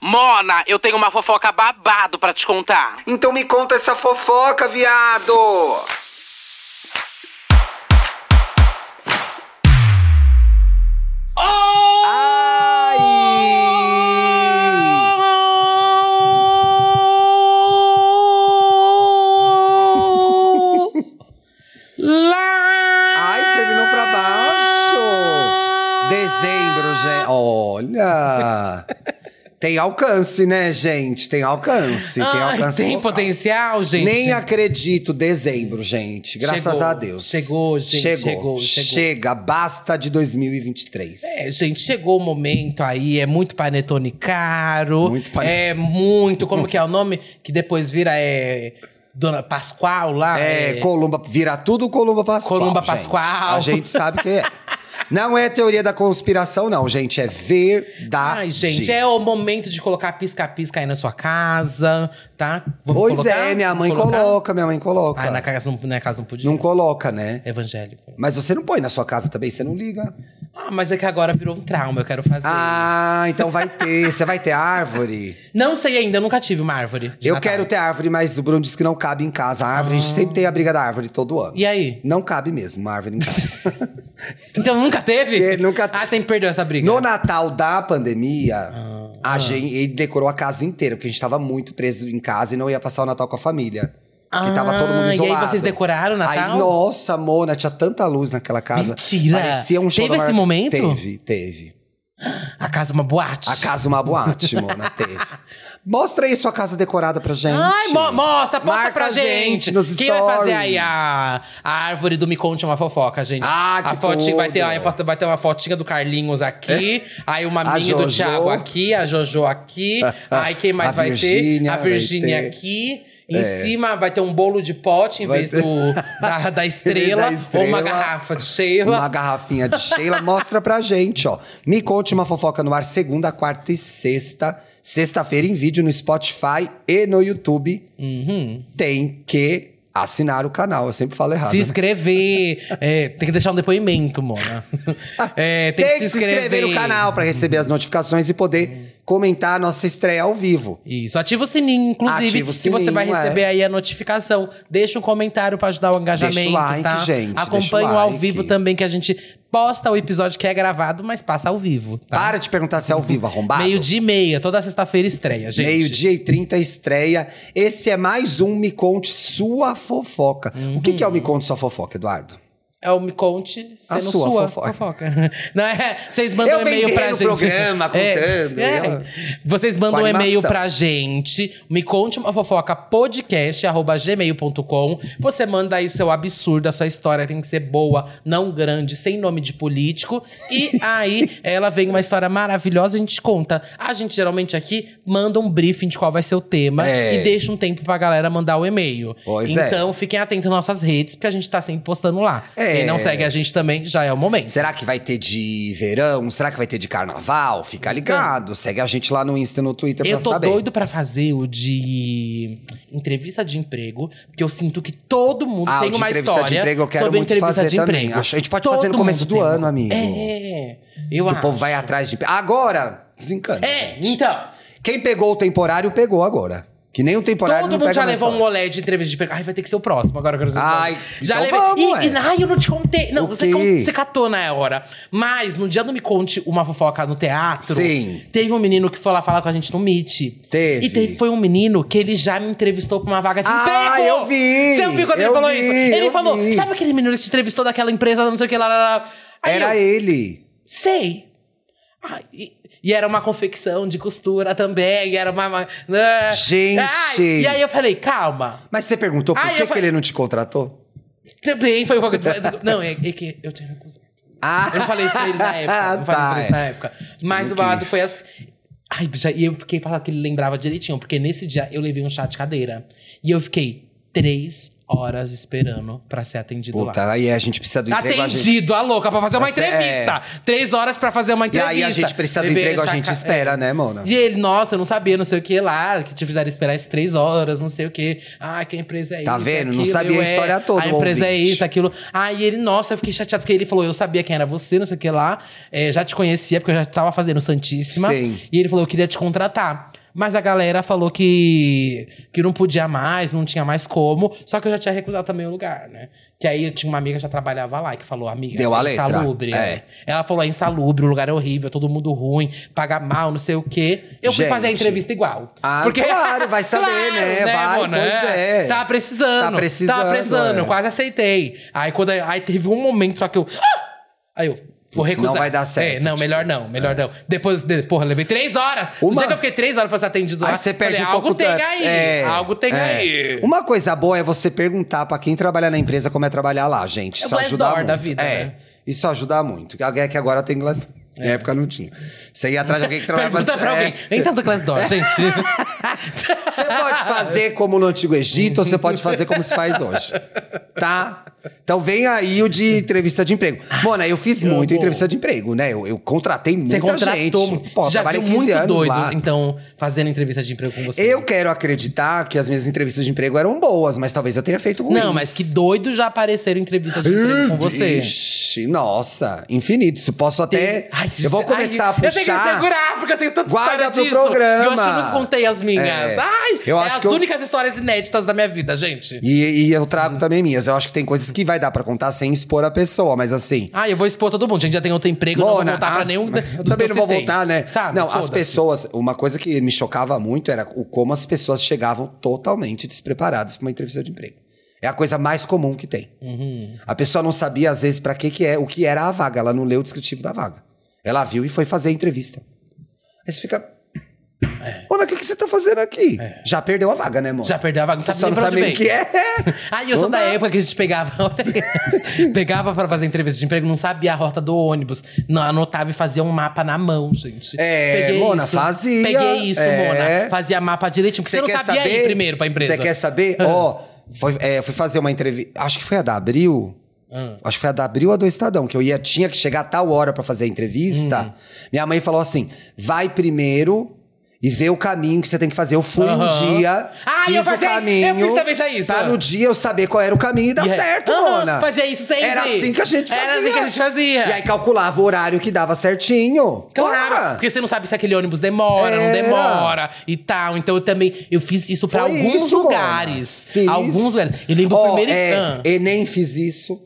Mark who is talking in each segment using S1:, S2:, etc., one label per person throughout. S1: Mona, eu tenho uma fofoca babado pra te contar.
S2: Então me conta essa fofoca, viado! Ai!
S1: Lá!
S3: Ai, terminou pra baixo. Dezembro, gente. Olha. Tem alcance, né, gente? Tem alcance. Tem
S1: Ai,
S3: alcance.
S1: tem
S3: local.
S1: potencial, gente?
S3: Nem acredito, dezembro, gente. Graças
S1: Chegou.
S3: a Deus.
S1: Chegou, gente, chegou, chegou.
S3: Chega, basta de 2023.
S1: É, gente, chegou o momento aí, é muito panetone caro.
S3: Muito panetone.
S1: É muito, como que é o nome? Que depois vira, é... Dona Pascoal lá.
S3: É, Columba, vira tudo Columba Pascoal.
S1: Columba
S3: gente.
S1: Pascoal.
S3: A gente sabe que é. Não é teoria da conspiração, não, gente. É verdade.
S1: Ai, gente, é o momento de colocar pisca-pisca aí na sua casa, tá? Vamos
S3: Pois
S1: colocar?
S3: é, minha mãe
S1: Colocar?
S3: coloca, minha mãe coloca.
S1: Ah, na casa, não- na casa não podia.
S3: Não coloca, né?
S1: Evangélico.
S3: Mas você não põe na sua casa também, você não liga.
S1: Ah, mas é que agora virou um trauma, eu quero fazer.
S3: Ah, então vai ter. Você vai ter árvore?
S1: Não sei ainda, eu nunca tive uma árvore. de
S3: Eu
S1: Natal.
S3: quero ter árvore, mas o Bruno disse que não cabe em casa. A árvore, a gente sempre tem a briga da árvore todo ano.
S1: E aí?
S3: Não cabe mesmo, uma árvore em casa.
S1: Então nunca teve?
S3: Que É, nunca te-
S1: Ah, sempre perdeu essa briga.
S3: No Natal da pandemia,
S1: Ah.
S3: a gente, ele decorou a casa inteira, porque a gente tava muito preso em casa e não ia passar o Natal com a família.
S1: Ah,
S3: que tava todo
S1: e
S3: mundo
S1: aí
S3: isolado.
S1: vocês decoraram o Natal?
S3: Aí, nossa, Mona, tinha tanta luz naquela casa.
S1: Mentira!
S3: Parecia um show
S1: Teve
S3: da
S1: esse
S3: Mara-
S1: momento?
S3: Teve, teve.
S1: A casa é uma boate.
S3: A casa uma boate, Mona, teve. Mostra aí sua casa decorada pra gente.
S1: Ai, mo- mostra, posta
S3: é Marca
S1: pra
S3: a
S1: gente.
S3: nos
S1: Quem vai fazer
S3: stories.
S1: aí a, a árvore do Me Conte é Uma Fofoca, gente?
S3: Ah, que
S1: a fotinha, vai, ter,
S3: tudo. É?
S1: aí a foto- vai ter uma fotinha do Carlinhos aqui, aí uma
S3: A
S1: minha do
S3: Jojo.
S1: Thiago aqui, a Jojo aqui, aí quem mais
S3: A
S1: vai ter?
S3: Virgínia
S1: A
S3: vai
S1: Virgínia
S3: ter. É.
S1: aqui. Em cima vai ter um bolo de pote em
S3: Vai
S1: vez
S3: ter-
S1: do, da, da estrela, ou uma
S3: estrela,
S1: garrafa de Sheila.
S3: Uma garrafinha de Sheila. Mostra pra gente, ó. Me conte uma fofoca no ar segunda, quarta e sexta. Sexta-feira em vídeo no Spotify e no YouTube. Tem que assinar o canal. Eu sempre falo errado.
S1: Uhum. Se
S3: né?
S1: inscrever. É, tem que deixar um depoimento, Mona. É, tem, que se inscrever. Uhum.
S3: no canal pra receber as notificações e poder comentar a nossa estreia ao vivo.
S1: Isso, ativa o sininho, inclusive,
S3: Ativa o
S1: que você vai
S3: sininho, é.
S1: receber aí a notificação. Deixa um comentário pra ajudar o engajamento,
S3: Deixa o like,
S1: tá?
S3: gente,
S1: Acompanha
S3: deixa
S1: o
S3: o
S1: ao
S3: like.
S1: vivo também, que a gente posta o episódio que é gravado, mas passa ao vivo, tá?
S3: Para de perguntar se é ao vivo, arrombado.
S1: Meio dia e meia, toda sexta-feira estreia, gente.
S3: Meio-dia e 30 estreia. Esse é mais um Me Conte Sua Fofoca. O que,
S1: Uhum.
S3: que é o Me Conte Sua Fofoca, Eduardo?
S1: É o Me Conte
S3: A
S1: sendo
S3: sua
S1: sua
S3: fofoca.
S1: Não é? Vocês mandam
S3: Eu
S1: e-mail
S3: vendendo
S1: pra
S3: o
S1: gente.
S3: programa, contando,
S1: É,
S3: eu-
S1: é. Vocês mandam
S3: Com
S1: um
S3: animação.
S1: e-mail pra gente. Me conte uma fofoca podcast, arroba gmail.com. Você manda aí o seu absurdo, a sua história tem que ser boa, não grande, sem nome de político. E aí ela vem uma história maravilhosa e a gente conta. A gente geralmente aqui manda um briefing de qual vai ser o tema
S3: É.
S1: e deixa um tempo pra galera mandar o e-mail.
S3: Pois é.
S1: então fiquem atentos às nossas redes, porque a gente tá sempre postando lá.
S3: É.
S1: Quem não segue a gente também, já é o momento.
S3: Será que vai ter de verão? Será que vai ter de carnaval? Fica ligado. Segue a gente lá no Insta e no Twitter
S1: Então, Eu
S3: é pra
S1: tô
S3: saber.
S1: doido pra fazer o de entrevista de emprego, porque eu sinto que todo mundo
S3: Ah,
S1: tem
S3: o de
S1: uma
S3: entrevista
S1: história
S3: de emprego eu quero
S1: sobre
S3: muito
S1: entrevista
S3: fazer
S1: de
S3: também.
S1: emprego.
S3: Acho- a gente pode
S1: Todo
S3: fazer no começo
S1: mundo
S3: do
S1: tem
S3: ano,
S1: uma.
S3: amigo.
S1: É, eu
S3: Que
S1: acho.
S3: o povo vai atrás de. Agora! Desencana.
S1: É,
S3: gente.
S1: então.
S3: Quem pegou o temporário, pegou agora. Que nem o temporário
S1: Todo
S3: não
S1: mundo
S3: pega
S1: já
S3: mais
S1: levou
S3: hora.
S1: um olé de entrevista de emprego. Ai, vai ter que ser o próximo. Agora eu quero ser o
S3: Ai,
S1: próximo. Já
S3: então
S1: levei.
S3: vamos,
S1: e,
S3: ué.
S1: e- ai, eu não te contei. Não,
S3: O
S1: você,
S3: quê?
S1: con- você catou na hora. Mas no dia do Me Conte Uma Fofoca no Teatro,
S3: Sim.
S1: teve um menino que foi lá falar com a gente no Meet.
S3: Teve.
S1: E teve- foi um menino que ele já me entrevistou pra uma vaga de
S3: Ah,
S1: emprego.
S3: eu vi,
S1: Você ouviu quando ele
S3: eu
S1: falou
S3: vi,
S1: isso? Ele
S3: eu
S1: falou:
S3: vi.
S1: sabe aquele menino que te entrevistou daquela empresa, não sei o que lá, lá, lá? Aí eu,
S3: Era ele.
S1: Sei. Ah, e, e era uma confecção de costura também, e era uma. uma- ah,
S3: Gente!
S1: ai, e aí eu falei, calma.
S3: Mas você perguntou por
S1: Ai, eu
S3: que, que
S1: falei-
S3: ele não te contratou?
S1: Também foi uma coisa. Não, é, é que eu tinha recusado.
S3: Ah,
S1: Eu não falei isso pra ele na época. eu Não falei
S3: Tá,
S1: pra
S3: é.
S1: ele na época. Mas
S3: Não
S1: o babado
S3: quis.
S1: foi assim. Ai, já, e eu fiquei passado que ele lembrava direitinho, porque nesse dia eu levei um chá de cadeira. E eu fiquei três horas esperando pra ser atendido lá.
S3: Puta, aí a gente precisa do emprego. a gente-
S1: Atendido, a louca, pra fazer uma
S3: Essa- é.
S1: entrevista. Três horas pra fazer uma
S3: E
S1: entrevista.
S3: aí a gente precisa do
S1: Levei
S3: emprego, a
S1: chá
S3: gente
S1: ca-
S3: espera, né, Mona?
S1: E ele, nossa, eu não sabia, não sei o que lá, que te fizeram esperar as três horas, não sei o que. Ah, que a empresa é
S3: Tá
S1: isso.
S3: vendo? Não
S1: aquilo,
S3: sabia
S1: eu
S3: a
S1: é-
S3: história toda,
S1: A
S3: o
S1: empresa é
S3: ouvinte.
S1: isso, aquilo. Aí ele, nossa, eu fiquei chateado, porque ele falou, eu sabia quem era você, não sei o que lá. É, já te conhecia, porque eu já tava fazendo Santíssima.
S3: Sim.
S1: E ele falou, eu queria te contratar. Mas a galera falou que, que não podia mais, não tinha mais como. Só que eu já tinha recusado também o lugar, né? Que aí eu tinha uma amiga que já trabalhava lá, que falou, amiga,
S3: Deu a
S1: é
S3: letra,
S1: insalubre.
S3: é.
S1: né? Ela falou, é insalubre, o lugar é horrível, todo mundo ruim, paga mal, não sei o quê. Eu fui
S3: Gente.
S1: fazer a entrevista igual.
S3: Ah, claro, vai saber, né? Vai,
S1: mona?
S3: pois é.
S1: Tá precisando.
S3: Tá precisando,
S1: Tá precisando,
S3: é.
S1: eu quase aceitei. Aí, quando, aí teve um momento só que eu... "Ah!" Aí eu... Vou
S3: Putz, não
S1: recusar.
S3: vai dar
S1: É,
S3: certo,
S1: não,
S3: tipo.
S1: melhor não, melhor não. Depois, de, porra, levei três horas.
S3: Uma-
S1: No dia que eu fiquei três horas pra ser atendido
S3: Aí
S1: lá,
S3: você perde
S1: Ah, falei,
S3: um pouco
S1: algo tem
S3: da-
S1: aí,
S3: É,
S1: algo tem
S3: é.
S1: aí.
S3: Uma coisa boa é você perguntar pra quem trabalha na empresa como é trabalhar lá, gente.
S1: É o
S3: Isso ajuda
S1: Glassdoor
S3: muito.
S1: da vida,
S3: é.
S1: né? É.
S3: Isso ajuda muito. Alguém que agora tem Glassdoor. Na época não tinha. Você ia atrás de alguém que trabalha É.
S1: Pergunta pra alguém. Entra no Glassdoor, gente.
S3: Você pode fazer como no Antigo Egito ou você pode fazer como se faz hoje. Tá? Então vem aí o de entrevista de emprego. Mona, eu fiz muita
S1: amo.
S3: entrevista de emprego, né? Eu, eu contratei muita
S1: Você contratou.
S3: gente.
S1: você já
S3: trabalhei
S1: viu muito doido,
S3: lá.
S1: então, fazendo entrevista de emprego com você.
S3: Eu quero acreditar que as minhas entrevistas de emprego eram boas, mas talvez eu tenha feito ruins.
S1: Não, mas que doido já apareceram em entrevista de emprego com você.
S3: Ixi, nossa, infinito. Isso posso até.
S1: Ai,
S3: eu vou
S1: ai,
S3: começar a
S1: Eu tenho que
S3: puxar.
S1: segurar, porque eu tenho tanta
S3: Guarda
S1: história
S3: pro
S1: disso.
S3: programa.
S1: Eu acho que eu não contei as minhas.
S3: É.
S1: Ai,
S3: Eu
S1: é
S3: acho
S1: as
S3: que eu-
S1: únicas histórias inéditas da minha vida, gente.
S3: E, e eu trago também minhas. Eu acho que tem coisas que vai dar pra contar sem expor a pessoa, mas assim.
S1: Ah, eu vou expor todo mundo. Gente, já tem outro emprego, eu não vou
S3: Mona,
S1: voltar pra
S3: as-
S1: nenhum. dos
S3: Eu
S1: que
S3: também não vou
S1: citei.
S3: voltar, né?
S1: Sabe?
S3: Não, as
S1: Foda-se.
S3: pessoas. Uma coisa que me chocava muito era o como as pessoas chegavam totalmente despreparadas pra uma entrevista de emprego. É a coisa mais comum que tem.
S1: Uhum.
S3: A pessoa não sabia, às vezes, pra que, que é, o que era a vaga. Ela não leu o descritivo da vaga. Ela viu e foi fazer a entrevista. Aí você fica. Mona, o que, que você tá fazendo aqui? Já perdeu a vaga, né, mano?
S1: É. Já perdeu a vaga, não
S3: Você
S1: sabe
S3: só
S1: nem pra
S3: não
S1: onde
S3: sabe nem
S1: vem.
S3: o que é.
S1: Ah, e eu sou
S3: Não
S1: da
S3: dá.
S1: época que a gente pegava, olha, pegava pra fazer entrevista de emprego, não sabia a rota do ônibus, não anotava e fazia um mapa na mão, gente.
S3: É, Mona, fazia.
S1: Peguei isso,
S3: É.
S1: Mona. Fazia mapa direitinho, porque Tipo, você, não sabia ir primeiro pra empresa.
S3: Você quer saber? Ó, foi- é, eu fui fazer uma entrevista. Acho que foi a da Abril. Acho que foi a da Abril ou a do Estadão, que eu ia, tinha que chegar a tal hora pra fazer a entrevista.
S1: Hum.
S3: Minha mãe falou assim: vai primeiro. E vê o caminho que você tem que fazer. Eu fui
S1: Aham.
S3: um dia.
S1: Ah,
S3: fiz
S1: eu
S3: o
S1: fazia isso,
S3: caminho.
S1: eu fiz também já isso.
S3: Pra no dia eu saber qual era o caminho e dar
S1: E é-
S3: certo,
S1: Aham,
S3: Mona.
S1: fazia isso sempre.
S3: Era assim que a gente fazia.
S1: Era assim que a gente fazia.
S3: E aí calculava o horário que dava certinho.
S1: Claro,
S3: Bora!
S1: porque você não sabe se aquele ônibus demora, não
S3: Era.
S1: demora e tal. Então eu também, eu fiz isso pra
S3: Foi
S1: alguns
S3: isso,
S1: lugares.
S3: Mona. Fiz.
S1: Alguns lugares. Eu lembro o
S3: Ó,
S1: primeiro...
S3: é,
S1: Ah,
S3: Enem fiz isso.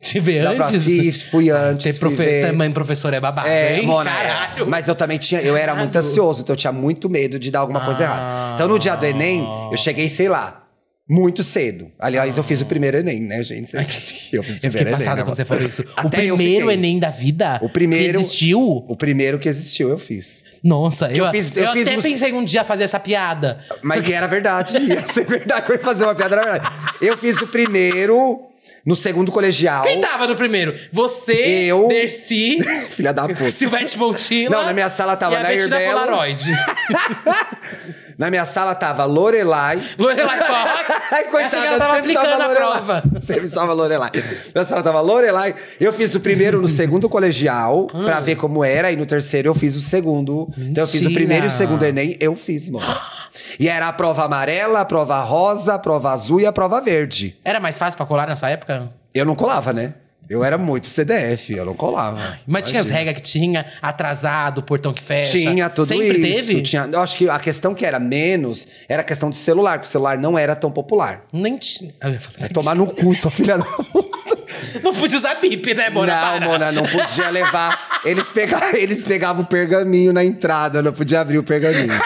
S1: te ver
S3: Dá pra-
S1: antes?
S3: fiz, fui antes,
S1: Ter
S3: fui
S1: profe-
S3: ver.
S1: Também professor é babado,
S3: É,
S1: hein?
S3: Mona,
S1: Caralho.
S3: é. mas eu também tinha, eu era muito
S1: Caralho.
S3: ansioso, então eu tinha muito medo de dar alguma
S1: Ah.
S3: coisa errada. Então no dia do Enem, eu cheguei, sei lá, muito cedo. Aliás, eu fiz o primeiro Enem, né, gente? Vocês- Eu fiz
S1: Eu
S3: o
S1: fiquei
S3: primeiro Enem.
S1: passada
S3: né,
S1: quando você
S3: mano?
S1: falou isso. o
S3: Até eu
S1: primeiro
S3: fiquei.
S1: Enem da vida
S3: O primeiro-
S1: que existiu.
S3: O primeiro que existiu, eu fiz.
S1: Nossa, eu,
S3: eu fiz- eu
S1: eu
S3: fiz
S1: até
S3: mus-
S1: pensei um dia fazer essa piada.
S3: Mas que era verdade, ia ser verdade, foi fazer uma piada, era verdade. Eu fiz o primeiro no segundo colegial.
S1: Quem tava no primeiro? Você,
S3: Eu.
S1: Dercy,
S3: Filha da puta.
S1: Silvete Montila.
S3: Não, na minha sala tava
S1: e a
S3: na
S1: Bettina
S3: Irbelo.
S1: Polaroid.
S3: Na minha sala tava Lorelai.
S1: Lorelai Fox.
S3: Ai, coitada,
S1: Achei que ela tava
S3: sempre
S1: aplicando
S3: salva
S1: a
S3: Lorelai.
S1: prova.
S3: Sempre salva Lorelai. Minha sala tava Lorelai. Eu fiz o primeiro no segundo colegial,
S1: Ah.
S3: pra ver como era. E no terceiro eu fiz o segundo. Então eu fiz o
S1: Mentira.
S3: primeiro e o segundo Enem, eu fiz, mano. E era a prova amarela, a prova rosa, a prova azul e a prova verde.
S1: Era mais fácil pra colar nessa época?
S3: Eu não colava, né? Eu era muito CDF, eu não colava.
S1: Mas tinha as
S3: Imagina.
S1: regras que tinha, atrasado, portão que fecha.
S3: Tinha tudo
S1: Sempre
S3: isso.
S1: teve?
S3: Tinha, eu acho que a questão que era menos era a questão de celular, porque o celular não era tão popular.
S1: Nem tinha. Ah, eu ia falar,
S3: É tomar no cu, sua filha da puta.
S1: Não podia usar bip, né, Mona?
S3: não,
S1: Para.
S3: Mona, não podia levar. Eles, pega... Eles pegavam o pergaminho na entrada, não podia abrir o pergaminho.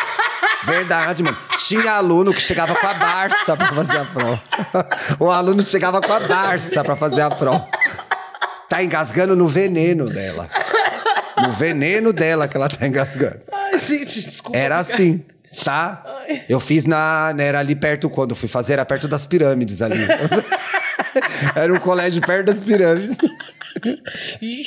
S3: Verdade, mano. Tinha aluno que chegava com a Barça pra fazer a prova. O aluno chegava com a Barça pra fazer a prova. Tá engasgando no veneno dela. No veneno dela que ela tá engasgando.
S1: Ai, gente, desculpa.
S3: Era assim, tá?
S1: Ai.
S3: Eu fiz na. né, Era ali perto, quando eu fui fazer, era perto das pirâmides ali. era um colégio perto das pirâmides.
S1: Ih,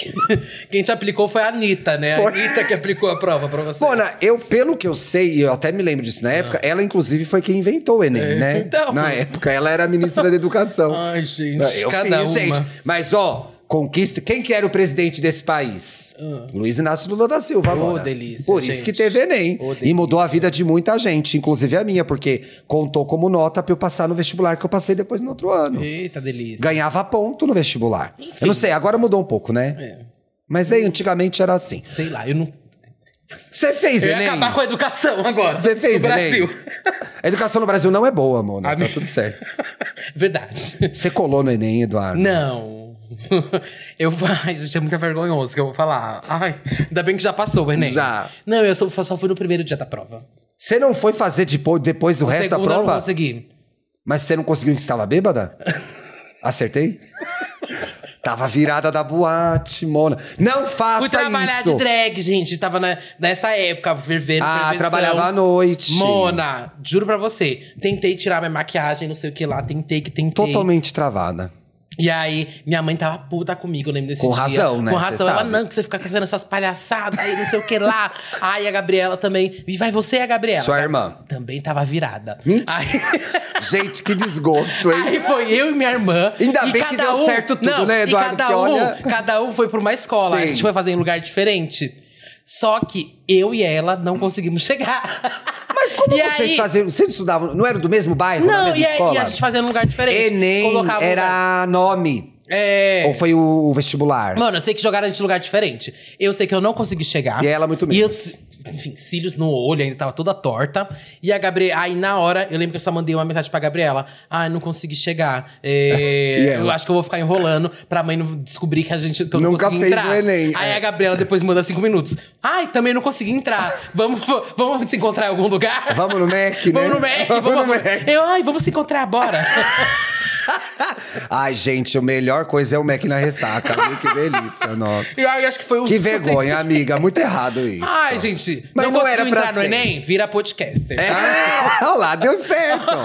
S1: Quem te aplicou foi a Anitta, né? A
S3: Foi.
S1: Anitta que aplicou a prova pra você.
S3: Mona, eu, pelo que eu sei, e eu até me lembro disso na época, ela inclusive foi quem inventou o Enem,
S1: Ah. É,
S3: né?
S1: então. Ah.
S3: Na época, ela era ministra da educação.
S1: Ai, gente,
S3: então. eu
S1: cada
S3: fiz,
S1: uma.
S3: gente. Mas, ó, conquista. Quem que era o presidente desse país? Luiz Inácio Lula da Silva,
S1: Ah. Ô,
S3: Mona.
S1: delícia,
S3: Por
S1: gente.
S3: isso que teve Enem.
S1: Ô,
S3: e mudou a vida de muita gente, inclusive a minha, porque contou como nota pra eu passar no vestibular que eu passei depois no outro ano.
S1: Eita, delícia.
S3: Ganhava ponto no vestibular. Eu não sei, agora mudou um pouco, né?
S1: É,
S3: Mas aí, antigamente era assim.
S1: sei lá, eu não.
S3: Você fez,
S1: Eu ia
S3: Enem?
S1: acabar com a educação agora.
S3: Você fez,
S1: no
S3: Enem?
S1: Brasil.
S3: A educação no Brasil não é boa, Mona.
S1: A
S3: Tá
S1: minha-
S3: tudo certo.
S1: Verdade.
S3: Você colou no Enem, Eduardo?
S1: Não. Eu, ai, gente, é muito vergonhoso que eu vou falar. Ai, ainda bem que já passou o Enem.
S3: Já.
S1: Não, eu só, só fui no primeiro dia da prova.
S3: Você não foi fazer depo- depois o
S1: No
S3: resto da
S1: segundo eu não
S3: prova?
S1: consegui.
S3: Mas você não conseguiu que estava bêbada? Acertei? Tava virada da boate, Mona. Não faça
S1: Fui trabalhar
S3: isso.
S1: de drag, gente. Tava na- nessa época, fervendo.
S3: ah,
S1: fervenção.
S3: trabalhava à noite.
S1: Mona, juro pra você. Tentei tirar minha maquiagem, não sei o que lá. Tentei que tentei.
S3: Totalmente travada.
S1: E aí, minha mãe tava puta comigo, eu lembro desse
S3: Com
S1: dia.
S3: razão, né?
S1: Com
S3: Cê
S1: razão. Ela,
S3: sabe.
S1: não, que você fica fazendo essas palhaçadas aí, não sei o que lá. Aí a Gabriela também. E vai você e a Gabriela.
S3: Sua
S1: Tá-
S3: irmã.
S1: Também tava virada.
S3: Mentira.
S1: Aí...
S3: Gente, que desgosto, hein?
S1: Aí foi eu e minha irmã.
S3: Ainda
S1: e
S3: bem que
S1: cada
S3: deu
S1: um-
S3: certo tudo,
S1: não,
S3: né,
S1: e
S3: Eduardo?
S1: Cada
S3: Porque
S1: um,
S3: olha-
S1: cada um foi pra uma escola. A
S3: Sim.
S1: gente foi fazer em lugar diferente. Só que eu e ela não conseguimos chegar.
S3: Mas como
S1: E
S3: vocês
S1: aí-
S3: faziam? Vocês estudavam? Não era do mesmo bairro? da
S1: Não,
S3: mesma
S1: e, aí-
S3: escola?
S1: e a gente fazia num lugar diferente.
S3: Enem
S1: Colocava um lugar-
S3: era nome.
S1: É.
S3: Ou foi o, o vestibular?
S1: Mano, eu sei que jogaram a gente em lugar diferente. Eu sei que eu não consegui chegar.
S3: E ela muito
S1: E eu,
S3: menos.
S1: enfim, cílios no olho, ainda tava toda torta. E a Gabriela. Aí na hora, eu lembro que eu só mandei uma mensagem pra Gabriela. Ah, não consegui chegar. É,
S3: E ela?
S1: eu acho que eu vou ficar enrolando pra mãe não descobrir que a gente que eu não
S3: Nunca
S1: consegui
S3: fez
S1: entrar.
S3: o Enem,
S1: Aí
S3: é.
S1: a Gabriela depois manda cinco minutos. Ai, também não consegui entrar. Vamos, vamos se encontrar em algum lugar?
S3: Vamos no Mac, né?
S1: Vamos no Mac,
S3: Vamos
S1: vamos,
S3: no Mac.
S1: Eu, ai, vamos se encontrar, bora.
S3: Ai, gente, a melhor coisa é o Mac na ressaca. viu? Que delícia, nossa.
S1: e aí acho que foi o
S3: Que vergonha, amiga. Muito errado isso.
S1: Ai, gente,
S3: Mas
S1: não,
S3: não
S1: conseguiu
S3: era pra
S1: entrar no
S3: ser.
S1: Enem? Vira podcaster. tá?
S3: É. Olha lá, deu certo.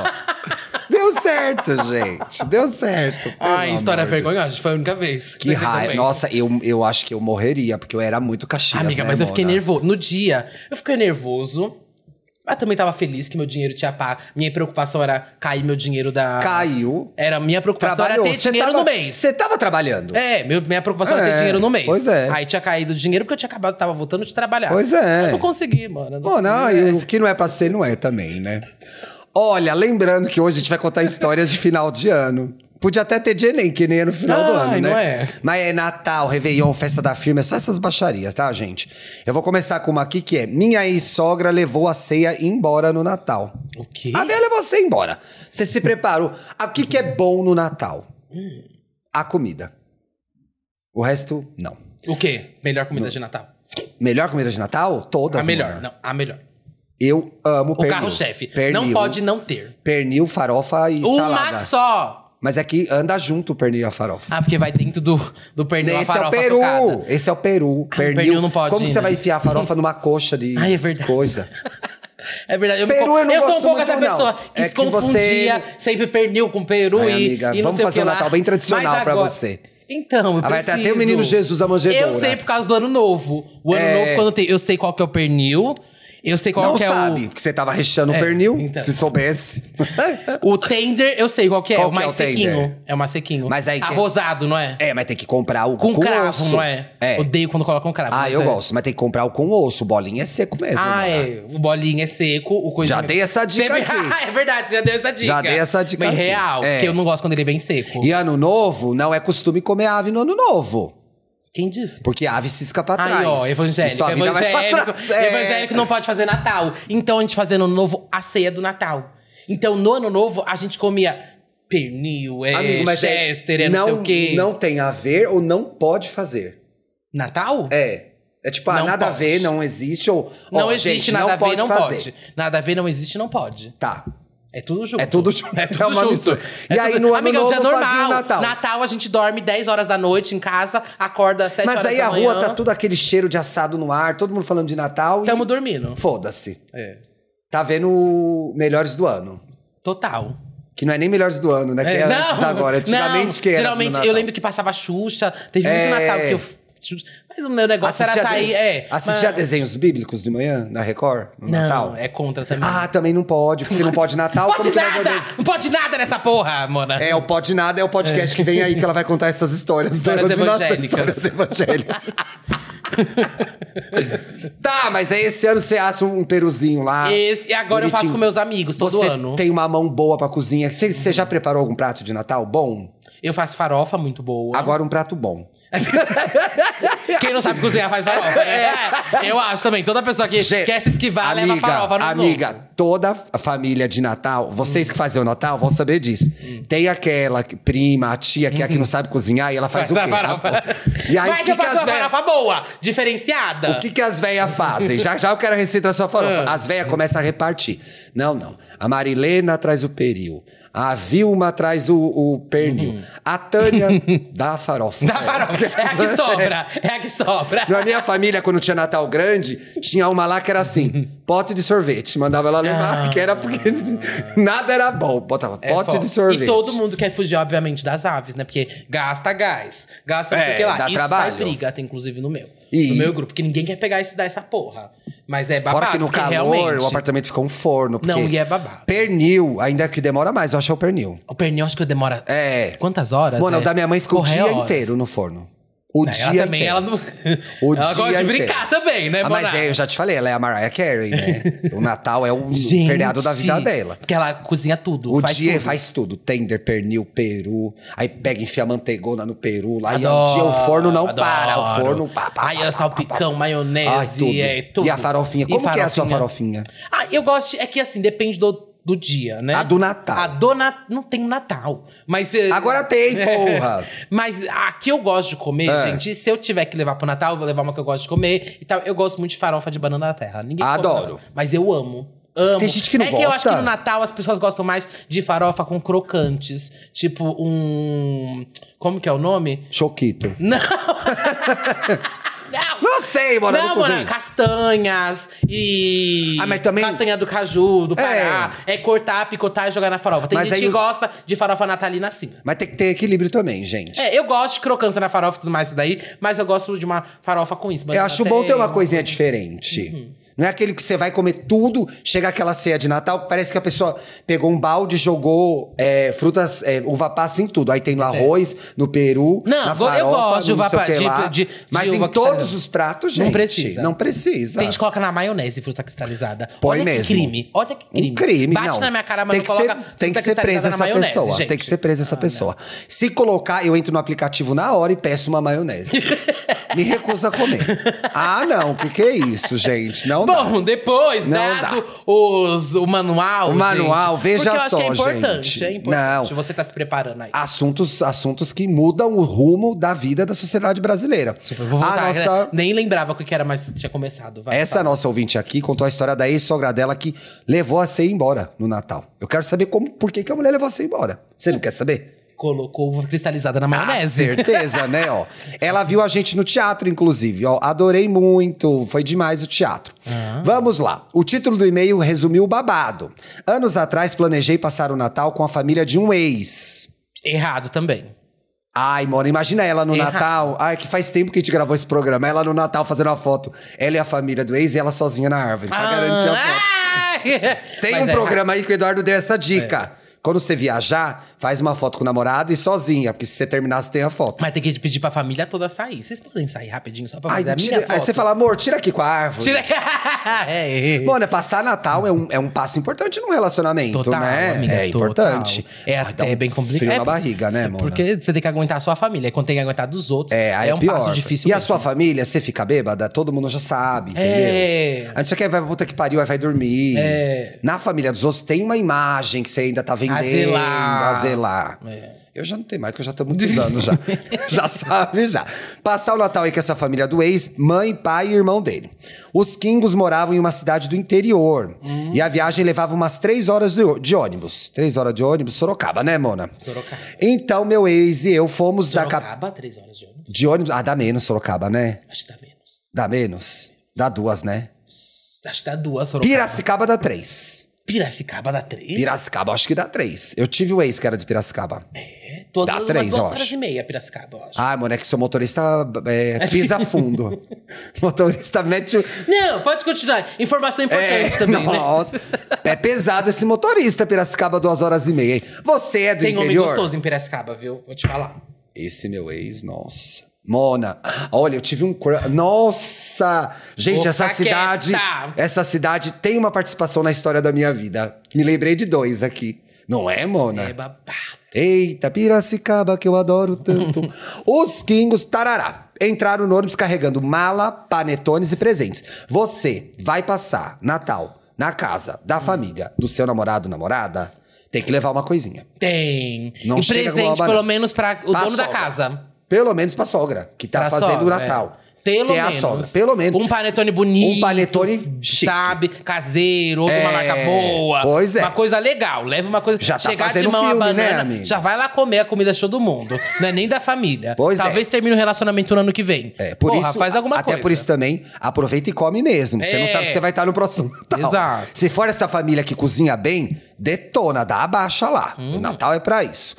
S3: deu certo, gente. Deu certo. pelo
S1: Ai, história
S3: amor de-
S1: vergonhosa, foi a única vez.
S3: Que
S1: Mas eu
S3: raiva.
S1: também.
S3: Nossa, eu, eu acho que eu morreria, porque eu era muito caxias,
S1: Amiga,
S3: né,
S1: mas eu fiquei
S3: Mona?
S1: nervoso. No dia, eu fiquei nervoso. Mas também tava feliz que meu dinheiro tinha pago. Minha preocupação era cair meu dinheiro da.
S3: Caiu.
S1: Era minha preocupação
S3: Trabalhou.
S1: era ter dinheiro
S3: tava,
S1: no mês.
S3: Você tava trabalhando.
S1: É, meu- minha preocupação era
S3: É,
S1: ter dinheiro no mês.
S3: pois é.
S1: Aí tinha caído o dinheiro porque eu tinha acabado, tava voltando de trabalhar.
S3: Pois é.
S1: Eu não consegui, mano. Eu não-
S3: Bom, não, e o que não é pra ser, não é também, né? Olha, lembrando que hoje a gente vai contar histórias de final de ano. Podia até ter de Enem, que nem é no final do
S1: Ai,
S3: ano, né?
S1: não é?
S3: Mas é Natal, Réveillon, festa da firma, é só essas baixarias, tá, gente? Eu vou começar com uma aqui que é: Minha ex-sogra levou a ceia embora no Natal.
S1: O quê?
S3: A velha levou a ceia embora. Você se preparou. Ah, O que, que é bom no Natal? A comida. O resto, não.
S1: O quê? Melhor comida de Natal.
S3: Melhor comida de Natal? Todas.
S1: a melhor,
S3: Mona.
S1: não, a melhor.
S3: Eu amo
S1: O
S3: pernil.
S1: carro-chefe. Não
S3: Pernil.
S1: pode não ter.
S3: Pernil, farofa e
S1: Uma
S3: salada.
S1: só!
S3: Mas é que anda junto o pernil e a farofa.
S1: Ah, porque vai dentro do, do pernil a
S3: Esse é o
S1: farofa
S3: peru!
S1: socada.
S3: Esse é o peru.
S1: Ah, o
S3: pernil.
S1: pernil não pode,
S3: Como você
S1: né?
S3: vai enfiar a farofa numa coxa de
S1: Ai, é verdade.
S3: coisa?
S1: É verdade. Eu, me
S3: Peru
S1: con-
S3: eu não
S1: sou um
S3: gosto
S1: pouco
S3: muito,
S1: essa
S3: não.
S1: pessoa que
S3: É
S1: se
S3: que você-
S1: confundia sempre pernil com peru
S3: Ai,
S1: e,
S3: amiga,
S1: e não
S3: vamos
S1: sei o
S3: fazer
S1: que
S3: um
S1: lá.
S3: Natal bem tradicional
S1: Mas
S3: pra
S1: agora-
S3: você.
S1: Então, eu
S3: Ah, vai
S1: preciso.
S3: ter até o menino Jesus, a manjedoura.
S1: Eu sei por causa do Ano Novo. O Ano
S3: É.
S1: Novo, quando tem... Eu sei qual que é o pernil. Eu sei qual
S3: não
S1: que é
S3: sabe, porque você tava recheando o
S1: É,
S3: pernil,
S1: então.
S3: se soubesse.
S1: o... O tender, eu sei qual que é.
S3: Qual
S1: o
S3: que é
S1: mais
S3: o tender?
S1: sequinho. É o mais sequinho.
S3: Mas aí que-
S1: Arrosado, não é?
S3: é, mas tem que comprar o
S1: Com, cravo,
S3: osso.
S1: não é?
S3: É.
S1: Odeio quando colocam cravo.
S3: Ah,
S1: mas
S3: eu
S1: é.
S3: gosto, mas tem que comprar o com osso. Bolinha é seco mesmo.
S1: Ah,
S3: mano.
S1: é. O bolinho é seco, o coisinho...
S3: Já dei essa dica
S1: Sempre-
S3: aqui.
S1: Ah, é verdade, você já deu essa dica.
S3: Já dei essa dica
S1: Mas
S3: aqui.
S1: real,
S3: É.
S1: porque eu não gosto quando ele é bem seco.
S3: E ano novo, não é costume comer ave no ano novo.
S1: Quem disse?
S3: Porque a ave cisca pra trás.
S1: Aí, ó, evangélico,
S3: E sua vida vai pra
S1: evangélico,
S3: trás. É.
S1: evangélico não pode fazer Natal. Então, a gente fazia no Ano Novo a ceia do Natal. Então, no Ano Novo, a gente comia pernil, é,
S3: Amigo, mas é-
S1: chester, é não, sei o quê.
S3: Não tem a ver ou não pode fazer.
S1: Natal?
S3: É. É tipo, ah,
S1: Não
S3: nada a
S1: pode.
S3: ver, não existe. Ou,
S1: Não
S3: ó,
S1: existe,
S3: gente,
S1: nada
S3: não
S1: a ver,
S3: pode
S1: não
S3: fazer.
S1: pode. Nada a ver, não existe, não pode.
S3: Tá.
S1: É tudo junto.
S3: É tudo junto.
S1: É tudo
S3: É uma
S1: junto.
S3: mistura.
S1: É
S3: E
S1: tudo-
S3: aí, no ano
S1: Amiga, é um dia
S3: novo,
S1: normal.
S3: fazia o Natal.
S1: a gente dorme 10 horas da noite em casa, acorda 7
S3: Mas
S1: horas
S3: aí
S1: da
S3: a
S1: manhã.
S3: rua tá tudo aquele cheiro de assado no ar, todo mundo falando de Natal
S1: Tamo
S3: e...
S1: dormindo.
S3: Foda-se.
S1: É.
S3: Tá vendo o Melhores do Ano.
S1: Total.
S3: Que não é nem Melhores do Ano, né? Que é,
S1: É,
S3: antes agora. Antigamente
S1: não,
S3: que era no
S1: Geralmente,
S3: Natal.
S1: eu lembro que passava Xuxa. Teve
S3: É.
S1: muito Natal que eu... f- Xuxa- Mas o meu negócio
S3: Assistia
S1: era sair...
S3: de-
S1: É,
S3: assistia
S1: mas-
S3: desenhos bíblicos de manhã na Record, no
S1: Não,
S3: Natal?
S1: é contra também.
S3: Ah, também não pode, porque se não pode Natal,
S1: pode
S3: como que vai
S1: nada!
S3: poder-
S1: Não pode nada nessa porra, Mona.
S3: É, o Pode Nada é o podcast que vem aí que ela vai contar essas histórias.
S1: Histórias
S3: Dona de Natal,
S1: evangélicas.
S3: histórias evangélicas. Tá, mas aí esse ano você acha um peruzinho lá.
S1: Esse, e agora eu faço
S3: bonitinho.
S1: com meus amigos todo
S3: você
S1: ano.
S3: tem uma mão boa pra cozinha. Você, você já preparou algum prato de Natal bom?
S1: Eu faço farofa muito boa.
S3: Agora um prato bom.
S1: Quem não sabe cozinhar faz farofa. né? Eu acho também. Toda pessoa que
S3: É. Gente,
S1: quer se esquivar leva farofa no
S3: Amiga, toda a família de Natal, vocês que fazem o Natal vão saber disso. Tem aquela que- prima, a tia, que é a que não sabe cozinhar e ela faz,
S1: Uhum. Faz a
S3: o quê?
S1: farofa.
S3: Ah, pô. E aí,
S1: Mas
S3: o que
S1: eu
S3: que
S1: faço
S3: as
S1: uma
S3: velhas-
S1: farofa boa, diferenciada.
S3: O que, que as velhas fazem? Já, já eu quero a receita da sua farofa.
S1: Ah.
S3: As velhas começam a repartir. Não, não. A Marilena traz o peril. A Vilma traz o, o pernil. A Tânia dá a farofa.
S1: Da farofa. É Uhum. a que sobra. É a que sobra.
S3: Na minha família, quando tinha Natal grande, tinha uma lá que era assim, pote de sorvete. Mandava ela levar,
S1: Ah.
S3: que era porque nada era bom. Botava
S1: É
S3: pote
S1: foda.
S3: de sorvete.
S1: E todo mundo quer fugir, obviamente, das aves, né? Porque gasta gás, gasta não sei o
S3: É,
S1: que lá.
S3: dá
S1: Isso
S3: trabalho.
S1: sai briga, até inclusive no meu.
S3: E-
S1: No meu grupo, que ninguém quer pegar esse dar essa porra. Mas é babado,
S3: Fora que no
S1: porque
S3: calor,
S1: realmente...
S3: o apartamento ficou um forno. porque
S1: Não, e é babado.
S3: Pernil, ainda que demora mais, eu acho que é o pernil.
S1: O pernil acho que demora
S3: É.
S1: quantas horas?
S3: Mano,
S1: né?
S3: o da minha mãe ficou o
S1: Corre
S3: dia
S1: horas.
S3: inteiro no forno. O
S1: Não,
S3: dia
S1: ela também,
S3: inteiro.
S1: ela não...
S3: O
S1: ela
S3: dia
S1: gosta de
S3: inteiro.
S1: brincar também, né,
S3: Ah, mas
S1: Moná?
S3: é, eu já te falei, ela é a Mariah Carey, né? o Natal é o
S1: Gente,
S3: feriado da vida dela.
S1: Porque ela cozinha tudo,
S3: O
S1: faz
S3: dia é
S1: tudo.
S3: faz tudo. Tender, pernil, peru. Aí pega e enfia manteigona no peru. Lá
S1: Adoro,
S3: e o dia o forno não
S1: adoro.
S3: para. O forno. Pá, pá,
S1: Aí
S3: pá,
S1: é
S3: pá,
S1: salpicão,
S3: Ai,
S1: maionese,
S3: tudo.
S1: é tudo.
S3: E a farofinha. Como que é a sua farofinha?
S1: Ah, eu gosto. de- É que assim, depende do, do dia, né?
S3: A do Natal.
S1: A do Natal. Não tem Natal. Mas. eh,
S3: Agora tem, porra.
S1: mas a que eu gosto de comer,
S3: É.
S1: gente, se eu tiver que levar pro Natal, eu vou levar uma que eu gosto de comer e tal. Eu gosto muito de farofa de banana da terra. Ninguém come,
S3: Adoro.
S1: não. mas eu amo. Amo.
S3: Tem gente que não
S1: é que eu acho
S3: gosta.
S1: que no Natal as pessoas gostam mais de farofa com crocantes. Tipo um. Como que é o nome?
S3: Choquito.
S1: Não! não!
S3: Não sei, mano.
S1: não,
S3: Não,
S1: mano,
S3: cozinho.
S1: castanhas e.
S3: Ah, mas também-
S1: Castanha do caju, do Pará. É, cortar, picotar e jogar na farofa. Tem
S3: Mas
S1: gente
S3: aí
S1: que
S3: o-
S1: gosta de farofa natalina assim.
S3: Mas tem que ter equilíbrio também, gente.
S1: É, eu gosto de crocância na farofa e tudo mais isso daí, mas eu gosto de uma farofa com isso.
S3: Eu
S1: banana
S3: acho bom ter uma
S1: tem.
S3: coisinha diferente.
S1: Uhum.
S3: Não é aquele que você vai comer tudo, chega aquela ceia de Natal, parece que a pessoa pegou um balde, jogou é, frutas, é, uva passa em tudo. Aí tem no arroz, no peru,
S1: É. Não,
S3: na
S1: go- eu
S3: farofa,
S1: gosto de
S3: no não
S1: uva
S3: sei o
S1: pa-
S3: que
S1: de-
S3: lá.
S1: de- de
S3: Mas
S1: uva
S3: em
S1: que
S3: todos
S1: cristalina.
S3: os pratos, gente.
S1: Não precisa.
S3: Não precisa.
S1: Tem gente que coloca na maionese fruta cristalizada.
S3: Põe
S1: Olha
S3: mesmo.
S1: que crime. Olha que crime.
S3: Um crime,
S1: Bate
S3: não.
S1: na minha cara, mas não
S3: tem que ser,
S1: coloca
S3: tem
S1: fruta
S3: que ser presa
S1: cristalizada
S3: essa
S1: na maionese,
S3: pessoa.
S1: gente. Ah,
S3: Tem que ser presa essa pessoa. Se colocar, eu entro no aplicativo na hora e peço uma maionese. Me recuso a comer. Ah, não. O que, que é isso, gente? Não dá.
S1: Bom, depois,
S3: Não
S1: dado os, o manual.
S3: O manual,
S1: gente,
S3: veja
S1: porque eu acho que é
S3: só,
S1: importante.
S3: gente.
S1: É importante.
S3: Não.
S1: Você tá se preparando aí.
S3: assuntos, assuntos que mudam o rumo da vida da sociedade brasileira.
S1: Tipo, eu vou voltar.
S3: a
S1: né?
S3: Ah, nossa,
S1: Nem lembrava o que era, mas tinha começado. Vai,
S3: essa
S1: fala.
S3: nossa ouvinte aqui contou a história da ex-sogra dela que levou a ceia embora no Natal. Eu quero saber como, por que, que a mulher levou a ceia embora. Você não quer saber?
S1: Colocou uva cristalizada na
S3: Ah,
S1: maionese.
S3: certeza, né? Ó, ela viu a gente no teatro, inclusive. Ó, adorei muito, foi demais o teatro.
S1: Ah.
S3: Vamos lá. O título do e-mail resumiu o babado. Anos atrás planejei passar o Natal com a família de um ex.
S1: Errado também.
S3: Ai, mano, imagina ela no
S1: Errado.
S3: Natal. Ai, que faz tempo que a gente gravou esse programa. Ela no Natal fazendo uma foto. Ela e a família do ex e ela sozinha na árvore. Pra garantir a foto.
S1: ah,
S3: Tem
S1: Mas
S3: um
S1: é
S3: programa aí que o Eduardo deu essa dica. Quando você viajar, faz uma foto com o namorado e sozinha. Porque se você terminar, você tem a foto.
S1: Mas tem que pedir pra família toda sair. Vocês podem sair rapidinho só pra
S3: Ai,
S1: fazer é a
S3: tira-
S1: minha foto.
S3: aí você fala, amor, tira aqui com a árvore.
S1: Tira... é, é.
S3: Mano, é passar Natal é um, é um passo importante num relacionamento,
S1: Total,
S3: né?
S1: amiga,
S3: é
S1: total.
S3: importante.
S1: É
S3: Ai, dá
S1: até
S3: um
S1: bem complicado.
S3: Frio
S1: É,
S3: na barriga, né,
S1: é
S3: mano?
S1: Porque você tem que aguentar a sua família. E Quando tem que aguentar dos outros,
S3: É, aí
S1: é,
S3: é,
S1: um
S3: pior.
S1: passo difícil.
S3: E a
S1: mesmo.
S3: sua família, você fica bêbada, todo mundo já sabe,
S1: É.
S3: entendeu? A gente só quer vai pra puta que pariu, aí vai dormir.
S1: É.
S3: Na família dos outros tem uma imagem que você ainda tá vendendo.
S1: A zelar.
S3: a zelar.
S1: É.
S3: Eu já não tenho mais, porque eu já tô há muitos anos já. já sabe, já. Passar o Natal aí com essa família do ex, mãe, pai e irmão dele. Os Kingos moravam em uma cidade do interior.
S1: Hum.
S3: E a viagem levava umas três horas de, ô- de ônibus. Três horas de ônibus, Sorocaba, né, Mona?
S1: Sorocaba.
S3: Então, meu ex e eu fomos da capital.
S1: Sorocaba, três horas de ônibus.
S3: De ônibus. Ah, dá menos Sorocaba, né?
S1: Acho que dá menos.
S3: Dá menos. Dá duas, né?
S1: Acho que dá duas, Sorocaba.
S3: Piracicaba dá três.
S1: Piracicaba dá três?
S3: Piracicaba, acho que dá três. Eu tive o ex que era de Piracicaba.
S1: É, todas
S3: Dá
S1: umas
S3: três,
S1: duas
S3: eu
S1: horas
S3: acho.
S1: e meia, Piracicaba, eu acho.
S3: Ah, mano, é que seu motorista é, pisa fundo. motorista mete o. É,
S1: Não, pode continuar. Informação importante É, também, né?
S3: nossa. É pesado esse motorista, Piracicaba, duas horas e meia. hein? Você é do
S1: Tem homem
S3: interior?
S1: gostoso em Piracicaba, viu? Vou te falar.
S3: Esse meu ex, nossa. Mona, olha, eu tive um crush. Nossa! Gente,
S1: Ô,
S3: essa
S1: Caqueta!
S3: cidade. Essa cidade tem uma participação na história da minha vida. Me lembrei de dois aqui. Não é, Mona?
S1: É babado.
S3: Eita, Piracicaba, que eu adoro tanto. Os Kingos, tarará, entraram no ônibus carregando mala, panetones e presentes. Você vai passar Natal na casa da família do seu namorado, namorada, tem que levar uma coisinha.
S1: Tem.
S3: Não
S1: e
S3: chega com
S1: presente,
S3: roupa,
S1: pelo
S3: não.
S1: menos, pra o
S3: Pra
S1: dono da
S3: sogra.
S1: casa.
S3: Pelo menos pra sogra, que tá
S1: Pra
S3: fazendo o
S1: sogra,
S3: Natal.
S1: é. Pelo
S3: Se é
S1: menos.
S3: a sogra, pelo menos.
S1: Um panetone bonito.
S3: Um panetone chique.
S1: Sabe? Caseiro, ou de uma
S3: É,
S1: marca boa.
S3: pois é.
S1: Uma coisa legal. Leva uma coisa.
S3: Já tá
S1: Chegar de
S3: fazendo
S1: mão
S3: filme,
S1: a
S3: né,
S1: banana,
S3: amigo?
S1: já vai lá comer a comida show do mundo. Não é nem da família.
S3: Pois é.
S1: Talvez termine o relacionamento no ano que vem.
S3: É, por
S1: Porra,
S3: isso,
S1: faz alguma
S3: até
S1: coisa.
S3: por isso também, aproveita e come mesmo. Você
S1: É.
S3: não sabe se você vai estar no próximo Natal.
S1: Exato.
S3: Se for essa família que cozinha bem, detona, dá a baixa lá.
S1: Uhum.
S3: O Natal é pra isso.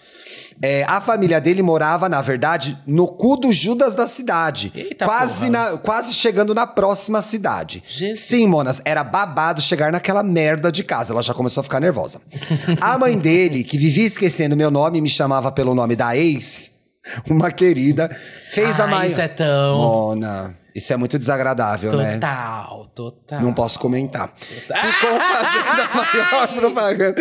S3: É, a família dele morava, na verdade, no cu do Judas da cidade.
S1: Eita
S3: quase,
S1: porra.
S3: na- quase chegando na próxima cidade.
S1: Jesus.
S3: Sim, Monas, era babado chegar naquela merda de casa. Ela já começou a ficar nervosa. A mãe dele, que vivia esquecendo meu nome e me chamava pelo nome da ex, uma querida, fez
S1: Ai,
S3: a mãe.
S1: isso é tão-
S3: Mona, isso é muito desagradável, né?
S1: Total, total.
S3: Não posso comentar. Ficou fazendo a maior propaganda.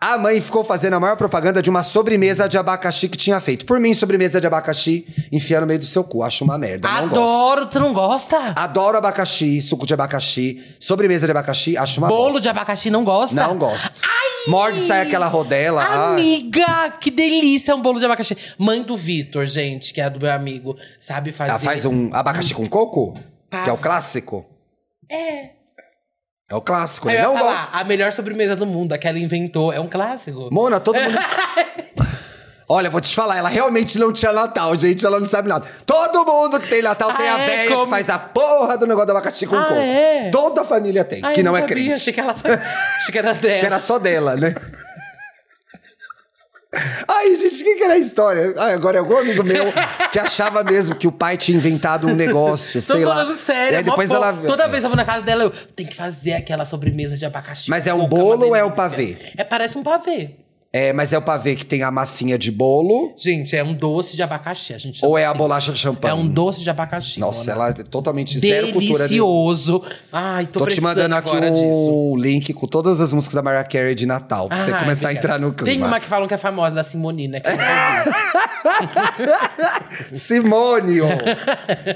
S3: A mãe ficou fazendo a maior propaganda de uma sobremesa de abacaxi que tinha feito. Por mim, sobremesa de abacaxi, enfiar no meio do seu cu. Acho uma merda. Não gosto.
S1: Adoro, tu não gosta?
S3: Adoro abacaxi, suco de abacaxi, sobremesa de abacaxi, acho uma
S1: Bolo
S3: bosta.
S1: de abacaxi não gosta?
S3: Não gosto. Morde, sai aquela rodela. Ah, ai.
S1: Amiga, que delícia um bolo de abacaxi. Mãe do Vitor, gente, que é a do meu amigo, sabe fazer.
S3: Ela faz um abacaxi com coco? Que é o clássico? É. É o clássico,
S1: Aí
S3: né?
S1: eu ia
S3: Não
S1: falar,
S3: gosto.
S1: A melhor sobremesa do mundo, a que ela inventou. É um clássico.
S3: Mona, todo mundo. Olha, vou te falar, ela realmente não tinha Natal, gente. Ela não sabe nada. Todo mundo que tem Natal tem
S1: Ah,
S3: a
S1: é?
S3: véia
S1: Como?
S3: que faz a porra do negócio do abacaxi com
S1: Ah,
S3: coco.
S1: é?
S3: Toda a família tem,
S1: Ai,
S3: que
S1: eu
S3: não, é
S1: sabia,
S3: crente.
S1: Achei que ela sabia. Achei que era dela.
S3: Que era só dela, né? Ai, gente, o que, que era a história? Ai, agora é algum amigo meu que achava mesmo que o pai tinha inventado um negócio,
S1: Tô
S3: sei lá.
S1: falando sério, é
S3: E aí depois
S1: mó
S3: ela...
S1: pouco. Toda vez que eu vou na casa dela, eu tenho que fazer aquela sobremesa de abacaxi.
S3: Mas é
S1: com
S3: um
S1: coco,
S3: bolo
S1: uma
S3: ou é um
S1: delícia.
S3: pavê?
S1: É, parece um pavê.
S3: É, mas é o pavê que tem a massinha de bolo
S1: Gente, é um doce de abacaxi. A gente
S3: ou é
S1: chama
S3: a
S1: assim.
S3: bolacha de champanhe?
S1: É um doce de abacaxi.
S3: Nossa,
S1: Mona.
S3: ela é totalmente zero cultura de...
S1: Delicioso. Ai, tô,
S3: Tô te
S1: precisando
S3: mandando aqui
S1: agora disso.
S3: o link com todas as músicas da Mariah Carey de Natal, pra você
S1: Ai,
S3: começar a
S1: obrigada.
S3: entrar no clima.
S1: Ah, é Tem uma que falam que é famosa, da Simone, né? Que eu não ouvi.
S3: Simônio!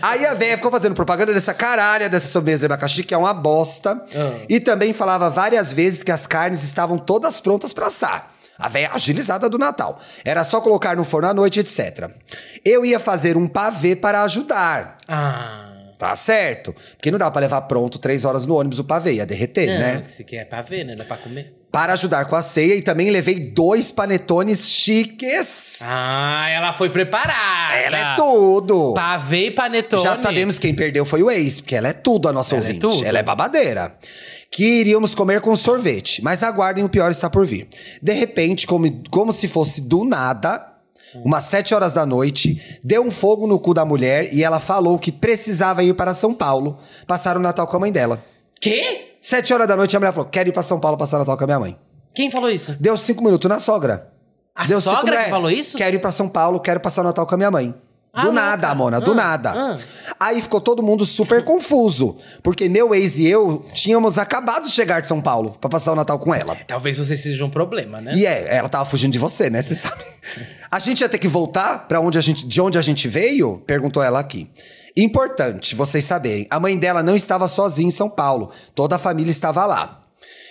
S3: Aí a véia ficou fazendo propaganda dessa caralha dessa sobremesa de abacaxi, que é uma bosta.
S1: Ah.
S3: E também falava várias vezes que as carnes estavam todas prontas pra assar. A véia agilizada do Natal. Era só colocar no forno à noite, etc. Eu ia fazer um pavê para ajudar.
S1: ah,
S3: Tá certo. Porque não dá pra levar pronto três horas no ônibus o pavê, ia derreter,
S1: não,
S3: né?
S1: que se quer é pra ver, né? Não é pra comer.
S3: Para ajudar com a ceia e também levei dois panetones chiques.
S1: Ah, ela foi preparada.
S3: Ela é tudo.
S1: Pavê e Ah, panetone.
S3: Já sabemos quem perdeu foi o ex, porque ela é tudo a nossa
S1: Ela é
S3: ouvinte.
S1: tudo.
S3: Ela é babadeira. Que iríamos comer com sorvete, mas aguardem, o pior está por vir. De repente, como, como se fosse do nada, umas sete horas da noite, deu um fogo no cu da mulher e ela falou que precisava ir para São Paulo passar o Natal com a mãe dela.
S1: Quê?
S3: Sete horas da noite, a mulher falou: quero ir para São Paulo passar o Natal com a minha mãe.
S1: Quem falou isso?
S3: Deu cinco minutos na sogra.
S1: A
S3: Deu
S1: sogra
S3: cinco-
S1: que
S3: é,
S1: falou isso?
S3: Quero ir pra São Paulo, quero passar o Natal com a minha mãe.
S1: Ah,
S3: do
S1: louca.
S3: nada, Mona, do
S1: Ah,
S3: nada.
S1: ah.
S3: Aí ficou todo mundo super confuso. Porque meu ex e eu tínhamos acabado de chegar de São Paulo pra passar o Natal com ela.
S1: É, talvez você seja um problema, né? É.
S3: E é, ela tava fugindo de você, né? Você sabe. A gente ia ter que voltar para onde a gente, de onde a gente veio? Perguntou ela aqui. Importante vocês saberem, a mãe dela não estava sozinha em São Paulo. Toda a família estava lá.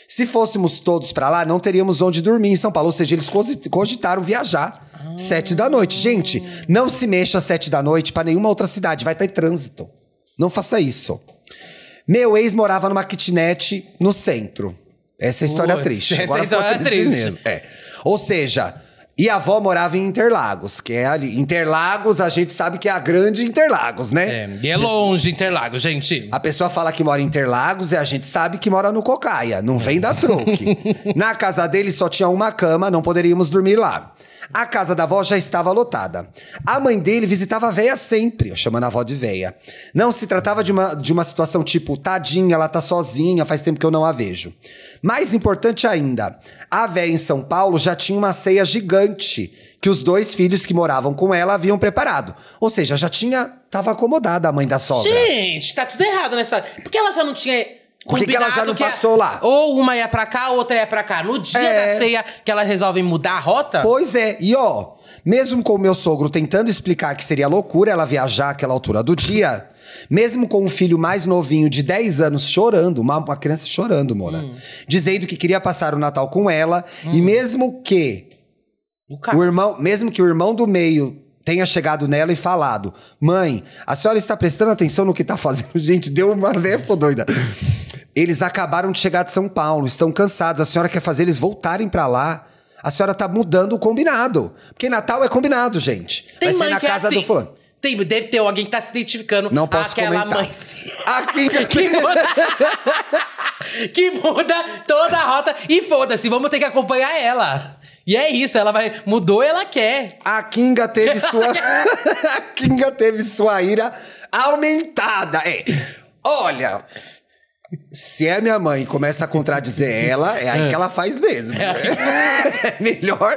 S3: Se fôssemos todos para lá, não teríamos onde dormir em São Paulo. Ou seja, eles cosi- cogitaram viajar sete da noite. Gente, não se mexa às sete da noite para nenhuma outra cidade. Vai estar em trânsito. Não faça isso. Meu ex morava numa kitnet no centro. Essa é a história
S1: Putz,
S3: triste.
S1: essa
S3: Agora ficou
S1: história é
S3: triste
S1: triste.
S3: mesmo. É. Ou seja, e a avó morava em Interlagos, que é ali. Interlagos, a gente sabe que é a grande Interlagos, né?
S1: É, e é longe, Interlagos, gente.
S3: A pessoa fala que mora em Interlagos e a gente sabe que mora no Cocaia, não vem da truque. Na casa dele só tinha uma cama, não poderíamos dormir lá. A casa da avó já estava lotada. A mãe dele visitava a véia sempre, eu chamando a avó de véia. Não se tratava de uma, de uma situação tipo, tadinha, ela tá sozinha, faz tempo que eu não a vejo. Mais importante ainda, a véia em São Paulo já tinha uma ceia gigante gigante que os dois filhos que moravam com ela haviam preparado. Ou seja, já tinha. Tava acomodada a mãe da sogra.
S1: Gente, tá tudo errado nessa hora. Por que ela já não tinha.
S3: Por que que ela
S1: combinado
S3: já não
S1: que a-
S3: passou lá?
S1: Ou uma ia pra cá, outra ia pra cá. No dia
S3: É.
S1: da ceia que elas resolvem mudar a rota.
S3: Pois é, e ó, mesmo com o meu sogro tentando explicar que seria loucura ela viajar àquela altura do dia, mesmo com um filho mais novinho de 10 anos chorando, uma, uma criança chorando, Mona, dizendo que queria passar o Natal com ela, e mesmo que
S1: o cara.
S3: o irmão, mesmo que o irmão do meio tenha chegado nela e falado: "Mãe, a senhora está prestando atenção no que está fazendo?" Gente, deu uma verbo doida. Eles acabaram de chegar de São Paulo, estão cansados. A senhora quer fazer eles voltarem para lá. A senhora tá mudando o combinado. Porque Natal é combinado, gente.
S1: Tem
S3: Vai ser
S1: mãe
S3: na
S1: que é
S3: casa
S1: assim.
S3: do fulano.
S1: Tem, deve ter alguém que tá se identificando.
S3: Não posso
S1: aquela
S3: comentar.
S1: mãe.
S3: Aqui
S1: Que muda, que muda toda a rota. E foda-se, vamos ter que acompanhar ela. E é isso, ela vai. Mudou, ela quer.
S3: A Kinga teve sua. a Kinga teve sua ira aumentada. É. Olha. Se é minha mãe e começa a contradizer ela, é aí que ela faz mesmo. É melhor.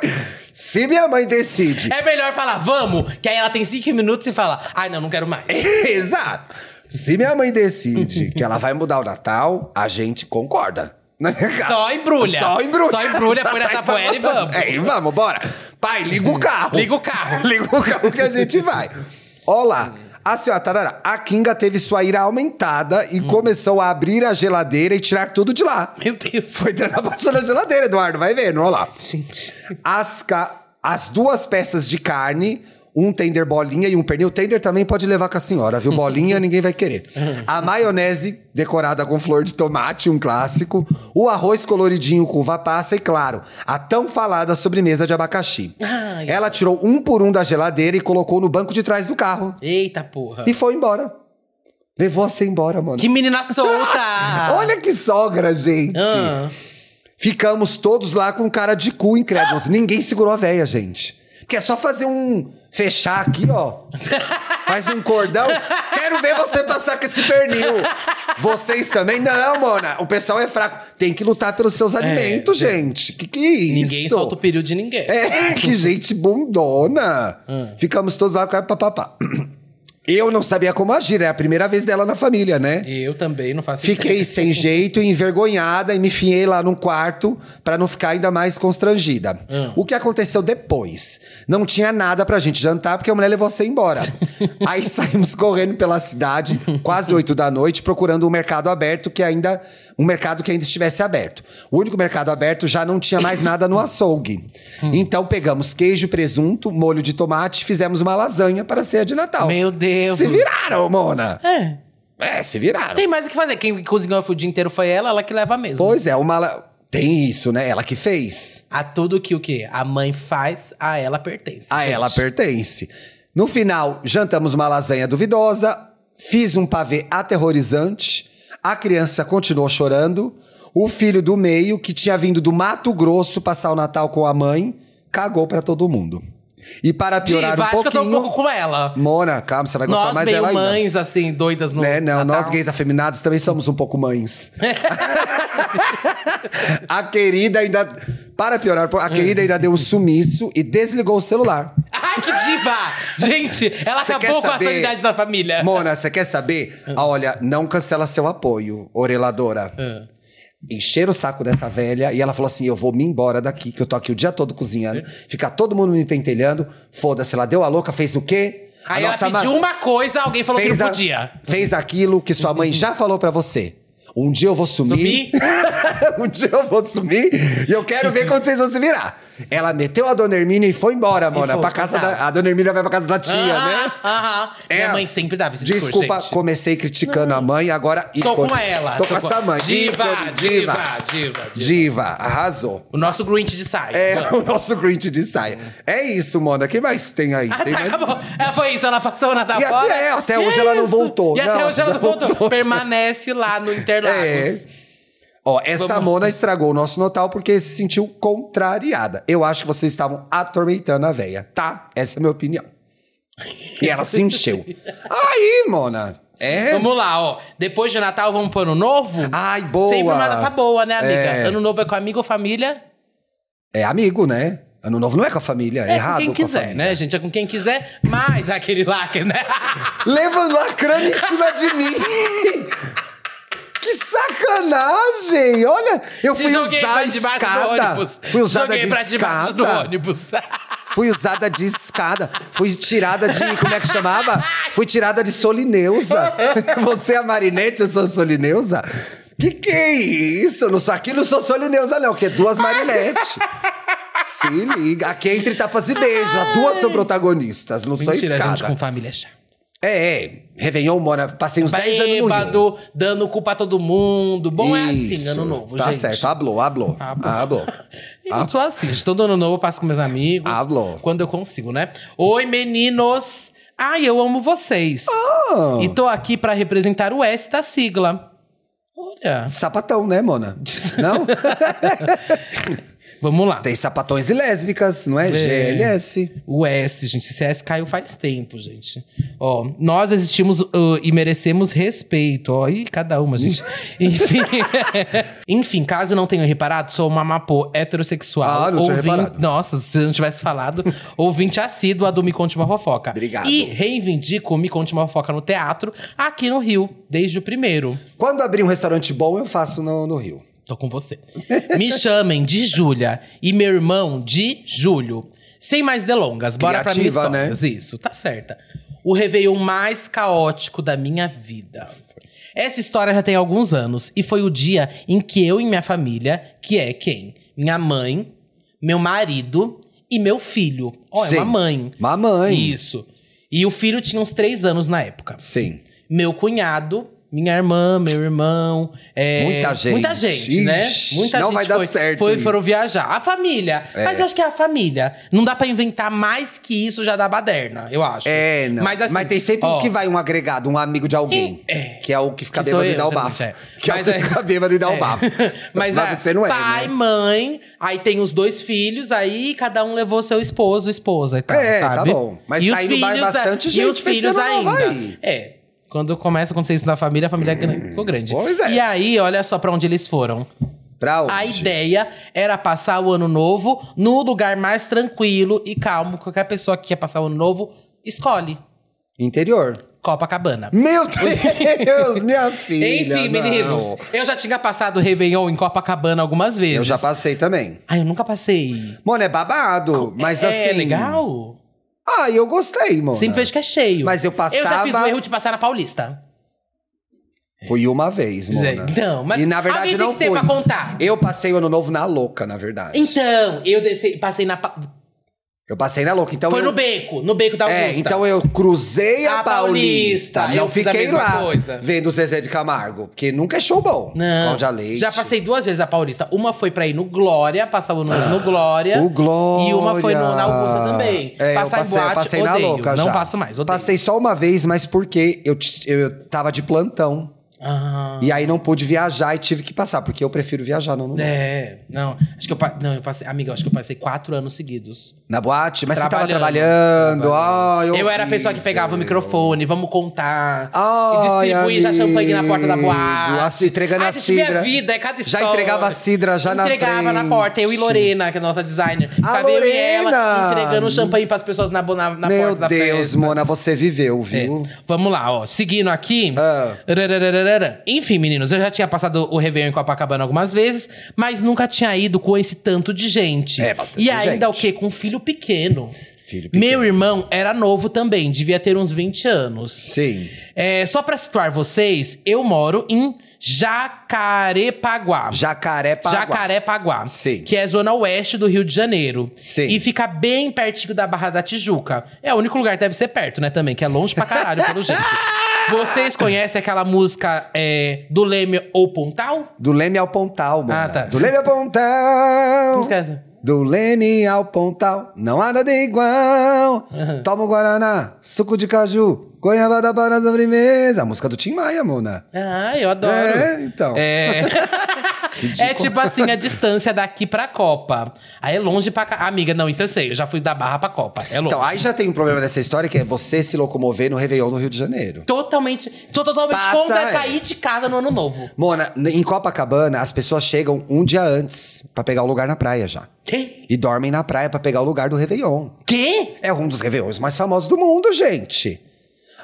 S3: Se minha mãe decide.
S1: É melhor falar, vamos, que aí ela tem cinco minutos e fala, ai não, não quero mais.
S3: Exato. Se minha mãe decide que ela vai mudar o Natal, a gente concorda. Né, cara?
S1: Só embrulha.
S3: Só embrulha.
S1: Só embrulha, põe na
S3: Já tá
S1: tapoeira e
S3: incomodando.
S1: vamos.
S3: É, e vamos, bora. Pai, liga o carro.
S1: Liga o carro.
S3: Liga o carro que a gente vai. Olá. A senhora Tarara, a Kinga teve sua ira aumentada
S1: Hum.
S3: e começou a abrir a geladeira e tirar tudo de lá.
S1: Meu Deus.
S3: Foi dando a baixada na geladeira, Eduardo, vai vendo, olha lá.
S1: Gente.
S3: As, ca- as duas peças de carne, um tender bolinha e um pernil. Tender também pode levar com a senhora, viu? Bolinha ninguém vai querer. A maionese decorada com flor de tomate, um clássico. O arroz coloridinho com uva passa e, claro, a tão falada sobremesa de abacaxi.
S1: Ai.
S3: Ela tirou um por um da geladeira e colocou no banco de trás do carro.
S1: Eita porra.
S3: E foi embora. Levou você embora, mano.
S1: Que menina solta!
S3: Olha que sogra, gente.
S1: Ah.
S3: Ficamos todos lá com cara de cu incrédulos. Ninguém segurou a véia, gente. Porque é só fazer um. Fechar aqui, ó. Faz um cordão. Quero ver você passar com esse pernil. Vocês também? Não, Mona. O pessoal é fraco. Tem que lutar pelos seus alimentos, gente. Que que é isso?
S1: É, Ninguém solta o período de ninguém.
S3: É, que gente bundona.
S1: Ah.
S3: Ficamos todos lá com a papapá. Eu não sabia como agir. É a primeira vez dela na família, né?
S1: Eu também não faço
S3: Fiquei sem jeito, envergonhada e me enfiei lá num quarto pra não ficar ainda mais constrangida.
S1: Ah.
S3: O que aconteceu depois? Não tinha nada pra gente jantar porque a mulher levou você embora. Aí saímos correndo pela cidade, quase oito da noite, procurando um mercado aberto que ainda um mercado que ainda estivesse aberto. O único mercado aberto já não tinha mais nada no açougue.
S1: Hum.
S3: Então pegamos queijo, presunto, molho de tomate e fizemos uma lasanha para a ceia de Natal.
S1: Meu Deus.
S3: Se viraram, Mona.
S1: É.
S3: É, se viraram.
S1: Tem mais o que fazer. Quem cozinhou o dia inteiro foi ela, ela que leva mesmo.
S3: Pois é, uma. la- Tem isso, né? Ela que fez.
S1: A tudo que o quê? A mãe faz, a ela pertence.
S3: A
S1: gente.
S3: ela pertence. No final, jantamos uma lasanha duvidosa, fiz um pavê aterrorizante, a criança continuou chorando, o filho do meio, que tinha vindo do Mato Grosso passar o Natal com a mããe, cagou pra todo mundo. E para piorar
S1: Diva,
S3: um
S1: acho que eu tô um pouco
S3: pouquinho.
S1: com ela.
S3: Mona, calma, você vai gostar
S1: Nós
S3: mais
S1: meio
S3: dela ainda.
S1: mães, assim, doidas no.
S3: Né? Não,
S1: Natal.
S3: nós gays afeminados também somos um pouco mães. a querida ainda. Para piorar, a querida ainda deu um sumiço e desligou o celular.
S1: Ai, que diva! Gente, ela
S3: Você
S1: acabou com
S3: quer
S1: a
S3: saber?
S1: sanidade da família.
S3: Mona, você quer saber? Ah, Olha, não cancela seu apoio, oreladora.
S1: Ah.
S3: Encheram o saco dessa velha e ela falou assim: Eu vou me embora daqui, que eu tô aqui o dia todo
S1: É.
S3: cozinhando, fica todo mundo me pentelhando. Foda-se, ela deu a louca, fez o quê? A
S1: Aí ela
S3: nossa
S1: pediu um
S3: ma-
S1: uma coisa, alguém falou que
S3: fez
S1: não
S3: a-
S1: podia.
S3: Fez aquilo que sua mãe já falou pra você. Um dia eu vou
S1: Sumir?
S3: sumir. um dia eu vou sumir e eu quero ver como vocês vão se virar. Ela meteu a dona Hermínia e foi embora, mona.
S1: foi,
S3: pra casa
S1: tá.
S3: da, a dona Hermínia vai pra casa da tia,
S1: Aham,
S3: né?
S1: aham. Minha
S3: É.
S1: mãe sempre dava esse discurso,
S3: Desculpa,
S1: gente.
S3: comecei criticando a mãe, agora
S1: Tô
S3: ícone.
S1: com ela.
S3: Tô, com essa mãe.
S1: Diva,
S3: Ícone,
S1: diva, diva, diva.
S3: Diva, arrasou.
S1: O nosso Grinch de saia.
S3: É o nosso Grinch de saia. É isso, Mona. O que mais tem aí?
S1: Ah,
S3: tem
S1: tá,
S3: mais...
S1: acabou. Ela foi isso, ela passou o Natal
S3: E até-
S1: fora.
S3: é, até
S1: E
S3: hoje
S1: é
S3: ela não
S1: isso.
S3: voltou.
S1: E até
S3: Não,
S1: hoje ela
S3: já
S1: não voltou.
S3: voltou.
S1: Permanece lá no Interlagos.
S3: É. Ó, essa
S1: Vamos-
S3: Mona estragou o nosso Natal porque se sentiu contrariada. Eu acho que vocês estavam atormentando a véia, tá? Essa é a minha opinião. E ela se encheu. Aí, Mona. É.
S1: Vamos lá, ó. Depois de Natal, vamos pro ano novo?
S3: Ai, boa.
S1: tá Sempre uma data boa, né, amiga?
S3: É.
S1: Ano novo é com amigo ou família?
S3: É amigo, né? Ano novo não é com a família, é,
S1: É com
S3: errado.
S1: quem
S3: com a
S1: quiser,
S3: família.
S1: né, gente? É com quem quiser, mas aquele lá, que, né?
S3: Levando lacrando em cima de mim. Que sacanagem! Olha, eu
S1: Te
S3: fui
S1: joguei
S3: usar
S1: pra
S3: a
S1: debaixo do
S3: escada.
S1: ônibus.
S3: Fui usada
S1: joguei
S3: de
S1: pra debaixo do
S3: escada.
S1: ônibus.
S3: Fui usada de escada. Fui tirada de. Como é que chamava? Fui tirada de Solineusa. Você é a Marinete, eu sou a Solineusa? Que que é isso? Eu não sou aqui, não sou Solineusa, não, que é duas Marinetes. Se liga. Aqui é entre tapas e beijos. As duas são protagonistas, não sou
S1: Mentira,
S3: escada.
S1: gente com família é chata.
S3: É, é. Réveillon, mora, passei uns 10 anos no Rio.
S1: Bêbado, dando culpa a todo mundo. Bom, é assim,
S3: Isso,
S1: ano novo,
S3: tá
S1: gente.
S3: certo, hablou, hablou.
S1: Hablou.
S3: Hablou.
S1: Eu sou assim, gente. todo ano novo eu passo com meus amigos.
S3: Hablou.
S1: Quando eu consigo, né? Oi, meninos! Ai, eu amo vocês.
S3: Ah,
S1: E tô aqui pra representar o S da sigla. Olha.
S3: Sapatão, né, Mona? Não?
S1: Vamos lá.
S3: Tem sapatões e lésbicas, não é? GLS.
S1: O S, gente. Esse S caiu faz tempo, gente. Ó, nós existimos uh, e merecemos respeito. Ó, e cada uma, gente. Enfim. Enfim, caso não tenham reparado, sou uma mapô heterossexual.
S3: Ah, não tinha
S1: ouvinte-
S3: reparado.
S1: Nossa, se eu não tivesse falado, ouvinte assídua do Me Conte Uma Fofoca.
S3: Obrigado.
S1: E reivindico o Me Conte Uma Fofoca no teatro aqui no Rio, desde o primeiro.
S3: Quando abrir um restaurante bom, eu faço no, no Rio.
S1: Tô com você. Me chamem de Júlia e meu irmão de Júlio. Sem mais delongas, bora pra minha
S3: Criativa,
S1: história.
S3: né?
S1: Isso, tá certa. O Réveillon mais caótico da minha vida. Essa história já tem alguns anos e foi o dia em que eu e minha família, que é quem? Minha mãe, meu marido e meu filho. Ó, é
S3: Sim.
S1: uma mãe.
S3: Mamãe.
S1: Isso. E o filho tinha uns três anos na época
S3: Sim.
S1: meu cunhado, minha irmã, meu irmão. é,
S3: Muita gente.
S1: Muita gente, né?
S3: Ixi,
S1: Muita
S3: não
S1: gente
S3: vai dar
S1: foi,
S3: certo
S1: foi-
S3: isso.
S1: foram viajar. A família.
S3: É.
S1: Mas eu acho que é a família. Não dá pra inventar mais que isso, já dá baderna, eu acho.
S3: É, não.
S1: Mas, assim,
S3: tem sempre
S1: ó,
S3: um que vai um agregado, um amigo de alguém. Que é o que fica
S1: Que sou
S3: bêbado e
S1: eu,
S3: dá o
S1: geralmente,
S3: bafo.
S1: é.
S3: Que é o
S1: Mas
S3: que
S1: é-
S3: fica bêbado e dá
S1: É.
S3: o bafo.
S1: Mas, é,
S3: você não é,
S1: pai,
S3: né?
S1: mãe, aí tem os dois filhos, aí cada um levou seu esposo, esposa e tal,
S3: É, tá
S1: sabe?
S3: bom. Mas
S1: e
S3: tá
S1: os
S3: indo ba-
S1: filhos, a-
S3: bastante
S1: E
S3: gente
S1: os filhos
S3: pensando, não,
S1: ainda.
S3: vai.
S1: É. Quando começa a acontecer isso na família, a família é gran- ficou grande.
S3: Pois é.
S1: E aí, olha só pra onde eles foram.
S3: Pra onde?
S1: A ideia era passar o ano novo no lugar mais tranquilo e calmo. Qualquer pessoa que quer passar o ano novo, escolhe.
S3: Interior.
S1: Copacabana.
S3: Meu Deus, minha filha.
S1: Enfim,
S3: não.
S1: meninos, eu já tinha passado o Réveillon em Copacabana algumas vezes.
S3: Eu já passei também.
S1: Ai, eu nunca passei.
S3: Mano, é babado. Mas
S1: é,
S3: assim.
S1: É legal?
S3: Ah, eu gostei, mano.
S1: Sempre vejo que é cheio.
S3: Mas eu
S1: Eu já fiz o
S3: passava-
S1: erro de passar na Paulista.
S3: Fui uma vez, mona.
S1: Gente, não, mas
S3: e na verdade
S1: alguém tem
S3: não
S1: que ter
S3: fui.
S1: pra contar.
S3: Eu passei o ano novo na louca, na verdade.
S1: Então, eu desci- passei na. Pa-
S3: Eu passei na louca. Então
S1: Foi
S3: eu...
S1: no beco, no beco da Augusta.
S3: É, então eu cruzei a,
S1: A Paulista.
S3: Paulista.
S1: Eu
S3: Não
S1: fiz a
S3: fiquei
S1: mesma
S3: lá
S1: coisa.
S3: vendo o Zezé de Camargo, porque nunca é show bom.
S1: Não.
S3: Cláudia Leite.
S1: Já passei duas vezes na Paulista. Uma foi pra ir no Glória, passar o ano novo no Glória.
S3: O Glória.
S1: E uma foi no- na Augusta também.
S3: É,
S1: passar
S3: eu passei,
S1: em boate,
S3: eu passei na
S1: odeio.
S3: louca
S1: Não
S3: já.
S1: passo mais, odeio.
S3: Passei só uma vez, mas porque eu, t- eu tava de plantão.
S1: Ah,
S3: E aí não pude viajar e tive que passar, porque eu prefiro viajar no ano novo.
S1: é, não. Acho que eu, pa- não, eu passei... Amiga, eu acho que eu passei quatro anos seguidos.
S3: Na boate, mas você tava
S1: Trabalhando.
S3: trabalhando. Ah,
S1: Eu era a pessoa que
S3: horrível.
S1: pegava o microfone, vamos contar.
S3: Ai,
S1: e distribuía já champanhe na porta da
S3: amigo.
S1: boate.
S3: Assim, entregando
S1: Ai,
S3: a
S1: gente, minha
S3: sidra.
S1: vida, é cada
S3: Já
S1: história.
S3: entregava a sidra já na
S1: Entregava na
S3: frente.
S1: porta, eu e Lorena, que é a nossa designer. Ficava eu e ela
S3: Lorena!
S1: entregando champanhe pras pessoas na, bo- na, na
S3: Meu
S1: porta da
S3: Deus,
S1: festa.
S3: Mona, você viveu,
S1: É.
S3: viu?
S1: Vamos lá, ó. Seguindo aqui.
S3: Ah.
S1: Rarararara. Enfim, meninos, eu já tinha passado o Réveillon em Copacabana algumas vezes, mas nunca tinha ido com esse tanto de gente.
S3: É, bastante
S1: E ainda
S3: gente.
S1: o quê? Com um filho pequeno.
S3: Filho pequeno.
S1: Meu irmão era novo também, devia ter uns 20 anos.
S3: Sim.
S1: É, só pra situar vocês, eu moro em Jacarepaguá.
S3: Jacaré Paguá.
S1: Jacarepaguá,
S3: Sim.
S1: que é zona oeste do Rio de Janeiro.
S3: Sim.
S1: E fica bem pertinho da Barra da Tijuca. É o único lugar que deve ser perto, né, também, que é longe pra caralho, pelo jeito. Vocês conhecem aquela música é, do Leme ou Pontal?
S3: Do Leme ao Pontal, Mona.
S1: Ah, tá.
S3: Do Leme ao Pontal.
S1: Não esquece.
S3: Do Leme ao Pontal, não há nada igual. Toma o Guaraná, suco de caju, goiaba da para sobremesa. A música do Tim Maia, Mona.
S1: Ah, eu adoro.
S3: É, então.
S1: É. É tipo assim, a distância daqui pra Copa. Aí é longe pra... ca- Amiga, não, isso eu sei. Eu já fui da Barra pra Copa. É longe.
S3: Então, aí já tem um problema nessa história, que é você se locomover no Réveillon no Rio de Janeiro.
S1: Totalmente... Tô totalmente
S3: Passa,
S1: contra
S3: é.
S1: sair de casa no Ano Novo.
S3: Mona, n- em Copacabana, as pessoas chegam um dia antes pra pegar o lugar na praia já.
S1: Quê?
S3: E dormem na praia pra pegar o lugar do Réveillon.
S1: Quê?
S3: É um dos Réveillons mais famosos do mundo, gente.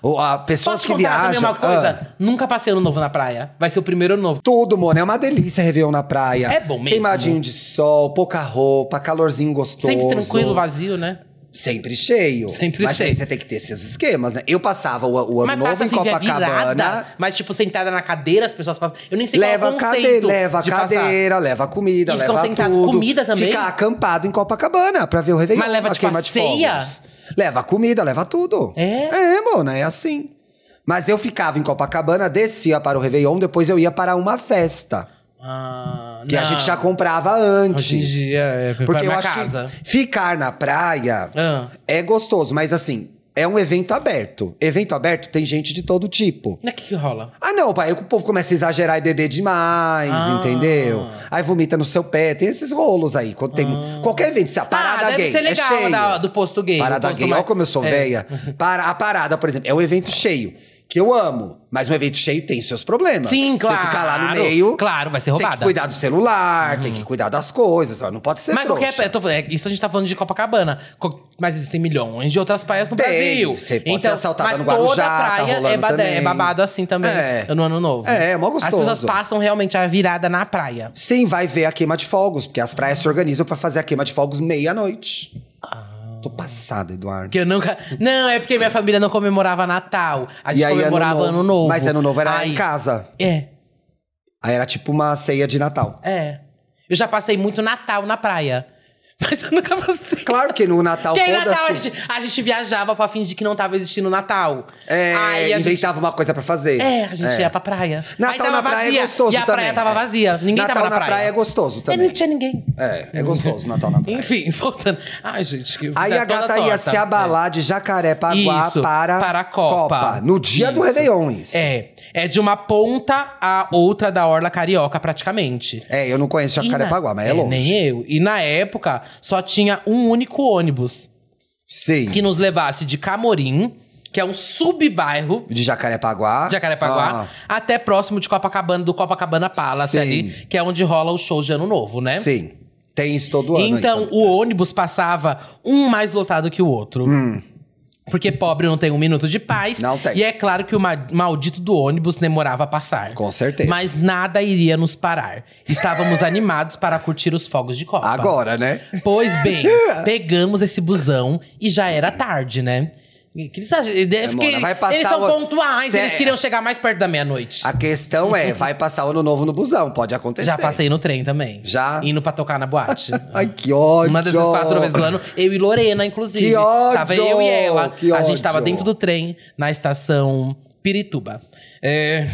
S3: Ou, a pessoas
S1: Posso
S3: que
S1: contar também
S3: viajam.
S1: uma
S3: Ah,
S1: coisa? Nunca passei Ano Novo na praia. Vai ser o primeiro Ano Novo.
S3: tudo, Mona. É uma delícia Réveillon na praia.
S1: É bom mesmo.
S3: Queimadinho de sol, pouca roupa, calorzinho gostoso.
S1: Sempre tranquilo, vazio, né?
S3: Sempre cheio.
S1: Sempre
S3: Mas aí
S1: cheio.
S3: você tem que ter seus esquemas, né? Eu passava o, o ano novo em
S1: assim, via
S3: Copacabana.
S1: mas tipo, sentada na cadeira, as pessoas passam. Eu nem sei qual
S3: Leva a
S1: é o conceito
S3: cadeira, leva a
S1: de passar.
S3: cadeira, leva a comida,
S1: E ficam
S3: leva
S1: sentados-
S3: tudo.
S1: comida também?
S3: Ficar acampado em Copacabana pra ver o Réveillon.
S1: Mas leva,
S3: a
S1: tipo, a
S3: queima de
S1: ceia?
S3: fogos. Leva a comida, leva tudo.
S1: É?
S3: É, mona, é assim. Mas eu ficava em Copacabana, descia para o Réveillon, depois eu ia para uma festa.
S1: Ah,
S3: Que a
S1: não.
S3: gente já comprava antes.
S1: Hoje em dia, é, pra
S3: Porque eu
S1: minha
S3: acho
S1: casa.
S3: que ficar na praia
S1: Ah.
S3: é gostoso, mas assim, é um evento aberto. Evento aberto tem gente de todo tipo.
S1: Mas o É que, que rola?
S3: Ah, não, pai, o povo começa a exagerar e beber demais,
S1: Ah.
S3: entendeu? Aí vomita no seu pé, tem esses rolos aí. Quando tem qualquer evento, se a parada
S1: ah, deve
S3: gay
S1: ser legal
S3: é cheio.
S1: da- do posto gay.
S3: Parada
S1: do posto
S3: gay,
S1: mais-
S3: olha como eu sou
S1: É.
S3: velha. Para, a parada, por exemplo, é um evento cheio. Que eu amo, mas um evento cheio tem seus problemas.
S1: Sim, claro.
S3: Você ficar lá no meio.
S1: Claro, vai ser
S3: Tem que
S1: roubada. Uhum.
S3: cuidar do celular, tem que cuidar das coisas, não pode ser
S1: Mas
S3: trouxa.
S1: qualquer. eu tô- é, isso a gente tá falando de Copacabana. Co- Mas existem milhões de outras praias no
S3: Tem,
S1: Brasil.
S3: você pode
S1: então,
S3: ser assaltada
S1: mas
S3: no Guarujá,
S1: Toda
S3: tá
S1: praia é,
S3: rolando
S1: bade- é
S3: também.
S1: babado assim também
S3: É.
S1: no ano novo.
S3: É, é mó
S1: As pessoas
S3: gostoso.
S1: passam realmente a virada na praia.
S3: Sim, vai ver a queima de fogos, porque as praias se organizam pra fazer a queima de fogos meia-noite.
S1: Ah.
S3: Tô passada, Eduardo.
S1: Que eu nunca. Não, é porque minha família não comemorava Natal. A gente
S3: E aí, ano
S1: comemorava
S3: novo.
S1: ano novo.
S3: Mas ano novo era
S1: Aí-
S3: em casa.
S1: É,
S3: Aí era tipo uma ceia de Natal.
S1: é. Eu já passei muito Natal na praia. Mas eu nunca passei.
S3: Claro que no Natal,
S1: Porque aí Natal a
S3: foda-se.
S1: gente, a gente viajava pra fingir que não tava existindo Natal.
S3: É,
S1: aí a gente.
S3: inventava uma coisa pra fazer.
S1: É, a gente
S3: É.
S1: ia pra praia. aí
S3: Natal
S1: tava
S3: na praia
S1: vazia,
S3: é gostoso
S1: E a
S3: também.
S1: praia tava
S3: É.
S1: vazia. Ninguém
S3: Natal
S1: tava na praia.
S3: é gostoso
S1: É, não
S3: também.
S1: tinha ninguém.
S3: É, é gostoso Natal na praia.
S1: Enfim, voltando. Ai, gente, que
S3: Aí
S1: tá
S3: a
S1: toda
S3: gata ia
S1: torta.
S3: se abalar de Jacarepaguá
S1: Isso,
S3: para,
S1: para a Copa.
S3: No dia do
S1: Isso.
S3: Réveillon, isso.
S1: É. É de uma ponta à outra da Orla Carioca, praticamente.
S3: É, eu não conheço
S1: E
S3: Jacarepaguá,
S1: na-
S3: mas é longe.
S1: Nem eu. E na época, só tinha um único ônibus
S3: Sim.
S1: que nos levasse de Camorim, que é um subbairro
S3: De Jacarepaguá.
S1: de Jacarepaguá,
S3: Ah,
S1: até próximo de Copacabana, do Copacabana Palace
S3: Sim.
S1: ali, que é onde rola o show de Ano Novo, né?
S3: Sim. Tem isso todo ano.
S1: Então, o ônibus passava um mais lotado que o outro. Porque pobre não tem um minuto de paz.
S3: Hum. Não tem.
S1: E é claro que o ma- maldito do ônibus demorava a passar.
S3: Com certeza.
S1: Mas nada iria nos parar. Estávamos animados para curtir os fogos de Copa.
S3: Agora, né?
S1: Pois bem, pegamos esse busão e já era tarde, né? E que eles ach- eu fiquei-
S3: Mona, vai passar
S1: eles são
S3: o-
S1: pontuais,
S3: Cê-
S1: eles queriam chegar mais perto da meia-noite.
S3: A questão é, vai passar o ano novo no busão, pode acontecer.
S1: Já passei no trem também.
S3: Já?
S1: Indo pra tocar na boate.
S3: Ai, que ódio.
S1: Uma dessas quatro vezes do ano, eu e Lorena, inclusive.
S3: Que ódio!
S1: Tava eu e ela.
S3: Que
S1: A gente tava
S3: ódio!
S1: dentro do trem, na estação Pirituba. É,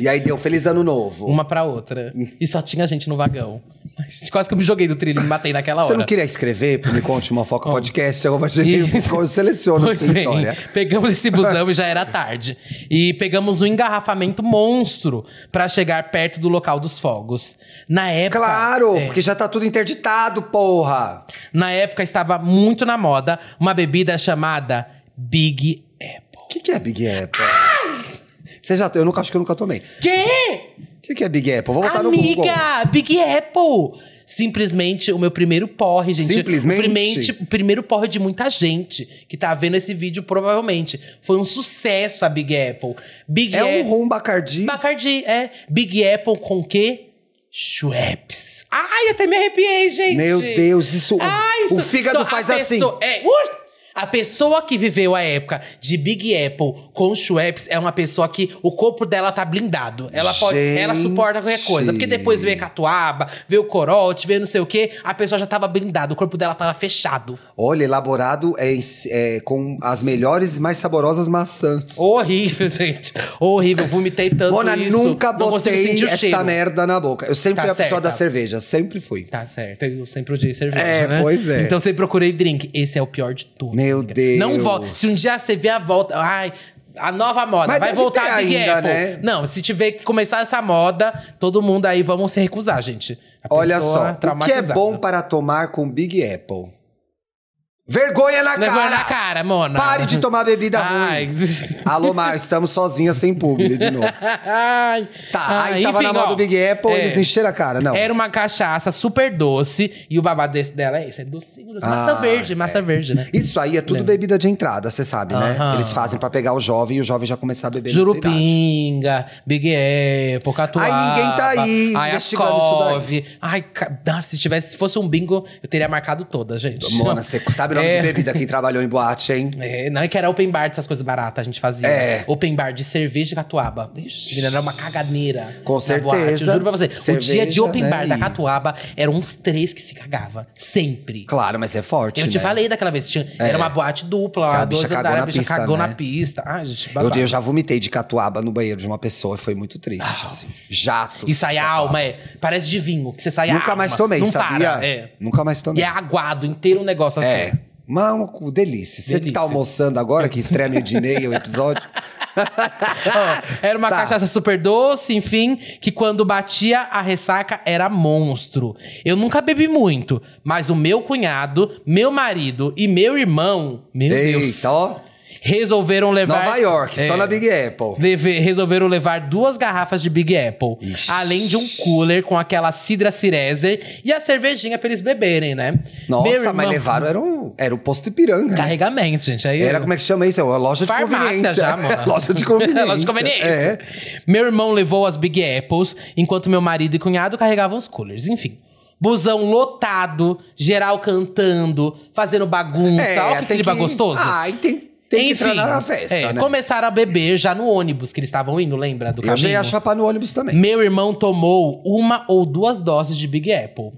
S3: E aí deu feliz ano novo.
S1: uma pra outra. E só tinha gente no vagão. A gente quase que eu me joguei do trilho, me matei naquela hora.
S3: Você não queria escrever pro Me Conte uma Foca Podcast? Eu vou eu seleciono
S1: Pois
S3: essa
S1: bem,
S3: história.
S1: pegamos esse busão e já era tarde. E pegamos um engarrafamento monstro pra chegar perto do local dos fogos. Na época.
S3: Claro,
S1: É.
S3: porque já tá tudo interditado, porra.
S1: Na época estava muito na moda uma bebida chamada Big Apple.
S3: O que, que é Big Apple? Você já Eu nunca acho que eu nunca tomei.
S1: Quê?
S3: O que, que é Big Apple? Vou botar no Google.
S1: Amiga, Big Apple! Simplesmente o meu primeiro porre, gente.
S3: Simplesmente?
S1: O primente- o primeiro porre de muita gente que tá vendo esse vídeo, provavelmente. Foi um sucesso a Big Apple. Big
S3: É um
S1: Apple.
S3: rum bacardi.
S1: Bacardi, é. Big Apple com quê? Schweppes. Ai, até me arrepiei, gente.
S3: Meu Deus, isso-
S1: Ai,
S3: o fígado
S1: Então, a
S3: faz assim.
S1: pessoa- é, ur- a pessoa que viveu a época de Big Apple com Schweppes é uma pessoa que o corpo dela tá blindado. Ela pode,
S3: Gente.
S1: ela suporta qualquer coisa. Porque depois veio catuaba, veio corote, veio não sei o quê. A pessoa já tava blindada, o corpo dela tava fechado.
S3: Olha, elaborado é, em- é, com as melhores e mais saborosas maçãs.
S1: Horrível, gente. Horrível. Vomitei tanto
S3: Mona,
S1: isso.
S3: nunca
S1: Não consigo sentir o
S3: botei esta
S1: cheiro.
S3: merda na boca. Eu sempre
S1: Tá
S3: fui a pessoa
S1: certa.
S3: da cerveja, sempre fui.
S1: Tá certo, eu sempre odiei cerveja,
S3: É,
S1: né?
S3: pois é.
S1: Então sempre procurei drink. Esse é o pior de tudo.
S3: Meu
S1: amiga. Não
S3: Deus.
S1: volta. Se um dia você vê a volta, ai, a nova moda.
S3: Mas
S1: vai
S3: deve
S1: voltar a
S3: ter
S1: Big
S3: ainda,
S1: Apple.
S3: né?
S1: Não, se tiver que começar essa moda, todo mundo aí vamos se recusar, gente. A
S3: Olha
S1: pessoa
S3: só, o que é
S1: traumatizada.
S3: bom para tomar com Big Apple? Vergonha na
S1: Negócio
S3: cara!
S1: é na cara, mona.
S3: Pare de tomar bebida
S1: Ai.
S3: ruim. Alô, Mar, estamos sozinhas sem público de novo.
S1: Ai.
S3: Tá,
S1: Ah,
S3: aí tava na
S1: enfim,
S3: mão
S1: ó,
S3: do Big Apple,
S1: é.
S3: eles encheram a cara. Não.
S1: Era uma cachaça super doce e o babado desse dela é isso, é docinho, doce. massa
S3: Ah,
S1: verde, massa verde, né?
S3: Isso aí é tudo
S1: Lembra?
S3: bebida de entrada, você sabe, né?
S1: Aham.
S3: Eles fazem pra pegar o jovem e o jovem já começar a beber nessa idade.
S1: Jurupinga, Big Apple, Catuaba.
S3: Ai, ninguém tá aí
S1: Ai,
S3: investigando isso daí.
S1: Ascov. Ai, ca- nossa, se tivesse, se fosse um bingo, eu teria marcado toda, gente.
S3: Mona, você sabe o nome
S1: É.
S3: de bebida quem trabalhou em boate, hein?
S1: É, não é que era open bar dessas coisas baratas, a gente fazia.
S3: É.
S1: Open bar de cerveja de catuaba. Ixi, menina, era uma caganeira.
S3: Com
S1: na
S3: certeza.
S1: boate, eu juro pra você. o dia de
S3: Cerveja,
S1: open
S3: né,
S1: bar da
S3: e-
S1: catuaba eram uns três que se cagavam. Sempre.
S3: Claro, mas é forte,
S1: Eu te
S3: né?
S1: falei daquela vez. Tinha,
S3: É.
S1: Era uma boate dupla,
S3: Que a
S1: lá,
S3: bicha
S1: dois
S3: cagou
S1: andares,
S3: na
S1: a bicha
S3: pista,
S1: cagou
S3: né?
S1: na pista. Ai, gente,
S3: Eu,
S1: babado.
S3: eu já vomitei de catuaba no banheiro de uma pessoa, foi muito triste, assim. Jato.
S1: E sai
S3: de
S1: a
S3: catuaba.
S1: alma, Ah, é. Parece de vinho, que você sai a
S3: Nunca
S1: alma.
S3: mais tomei,
S1: não
S3: sabia?
S1: Para, é.
S3: Nunca mais
S1: E
S3: tomei.
S1: é aguado inteiro um negócio assim.
S3: É. Mas uma co- delícia. Você que
S1: Delícia.
S3: tá almoçando agora, que estreia meio de e meia o episódio.
S1: Ó, era uma
S3: Tá.
S1: cachaça super doce, enfim, que quando batia a ressaca era monstro. Eu nunca bebi muito, mas o meu cunhado, meu marido e meu irmão, meu Deus,
S3: Eita, ó.
S1: resolveram levar.
S3: Nova York, só
S1: É.
S3: na Big Apple.
S1: Deve- resolveram levar duas garrafas de Big Apple,
S3: Ixi.
S1: além de um cooler com aquela Sidra Cirezer e a cervejinha pra eles beberem, né?
S3: Nossa,
S1: Meu
S3: mas
S1: irmão-
S3: levaram, era, um, era o posto Ipiranga. né?
S1: Carregamento, gente. Aí
S3: Era como é que chama isso? É uma loja de
S1: Farmácia
S3: conveniência.
S1: já, mano.
S3: loja de conveniência.
S1: Loja de conveniência.
S3: É.
S1: Meu irmão levou as Big Apples, enquanto meu marido e cunhado carregavam os coolers. Enfim. Busão lotado, geral cantando, fazendo bagunça.
S3: É,
S1: Olha que
S3: tem
S1: Um clima gostoso.
S3: Ai, tem, tem que entrar na festa,
S1: é,
S3: né?
S1: começaram a beber já no ônibus que eles estavam indo, lembra do
S3: Eu já ia
S1: caminho?
S3: chapar no ônibus também.
S1: Meu irmão tomou uma ou duas doses de Big Apple.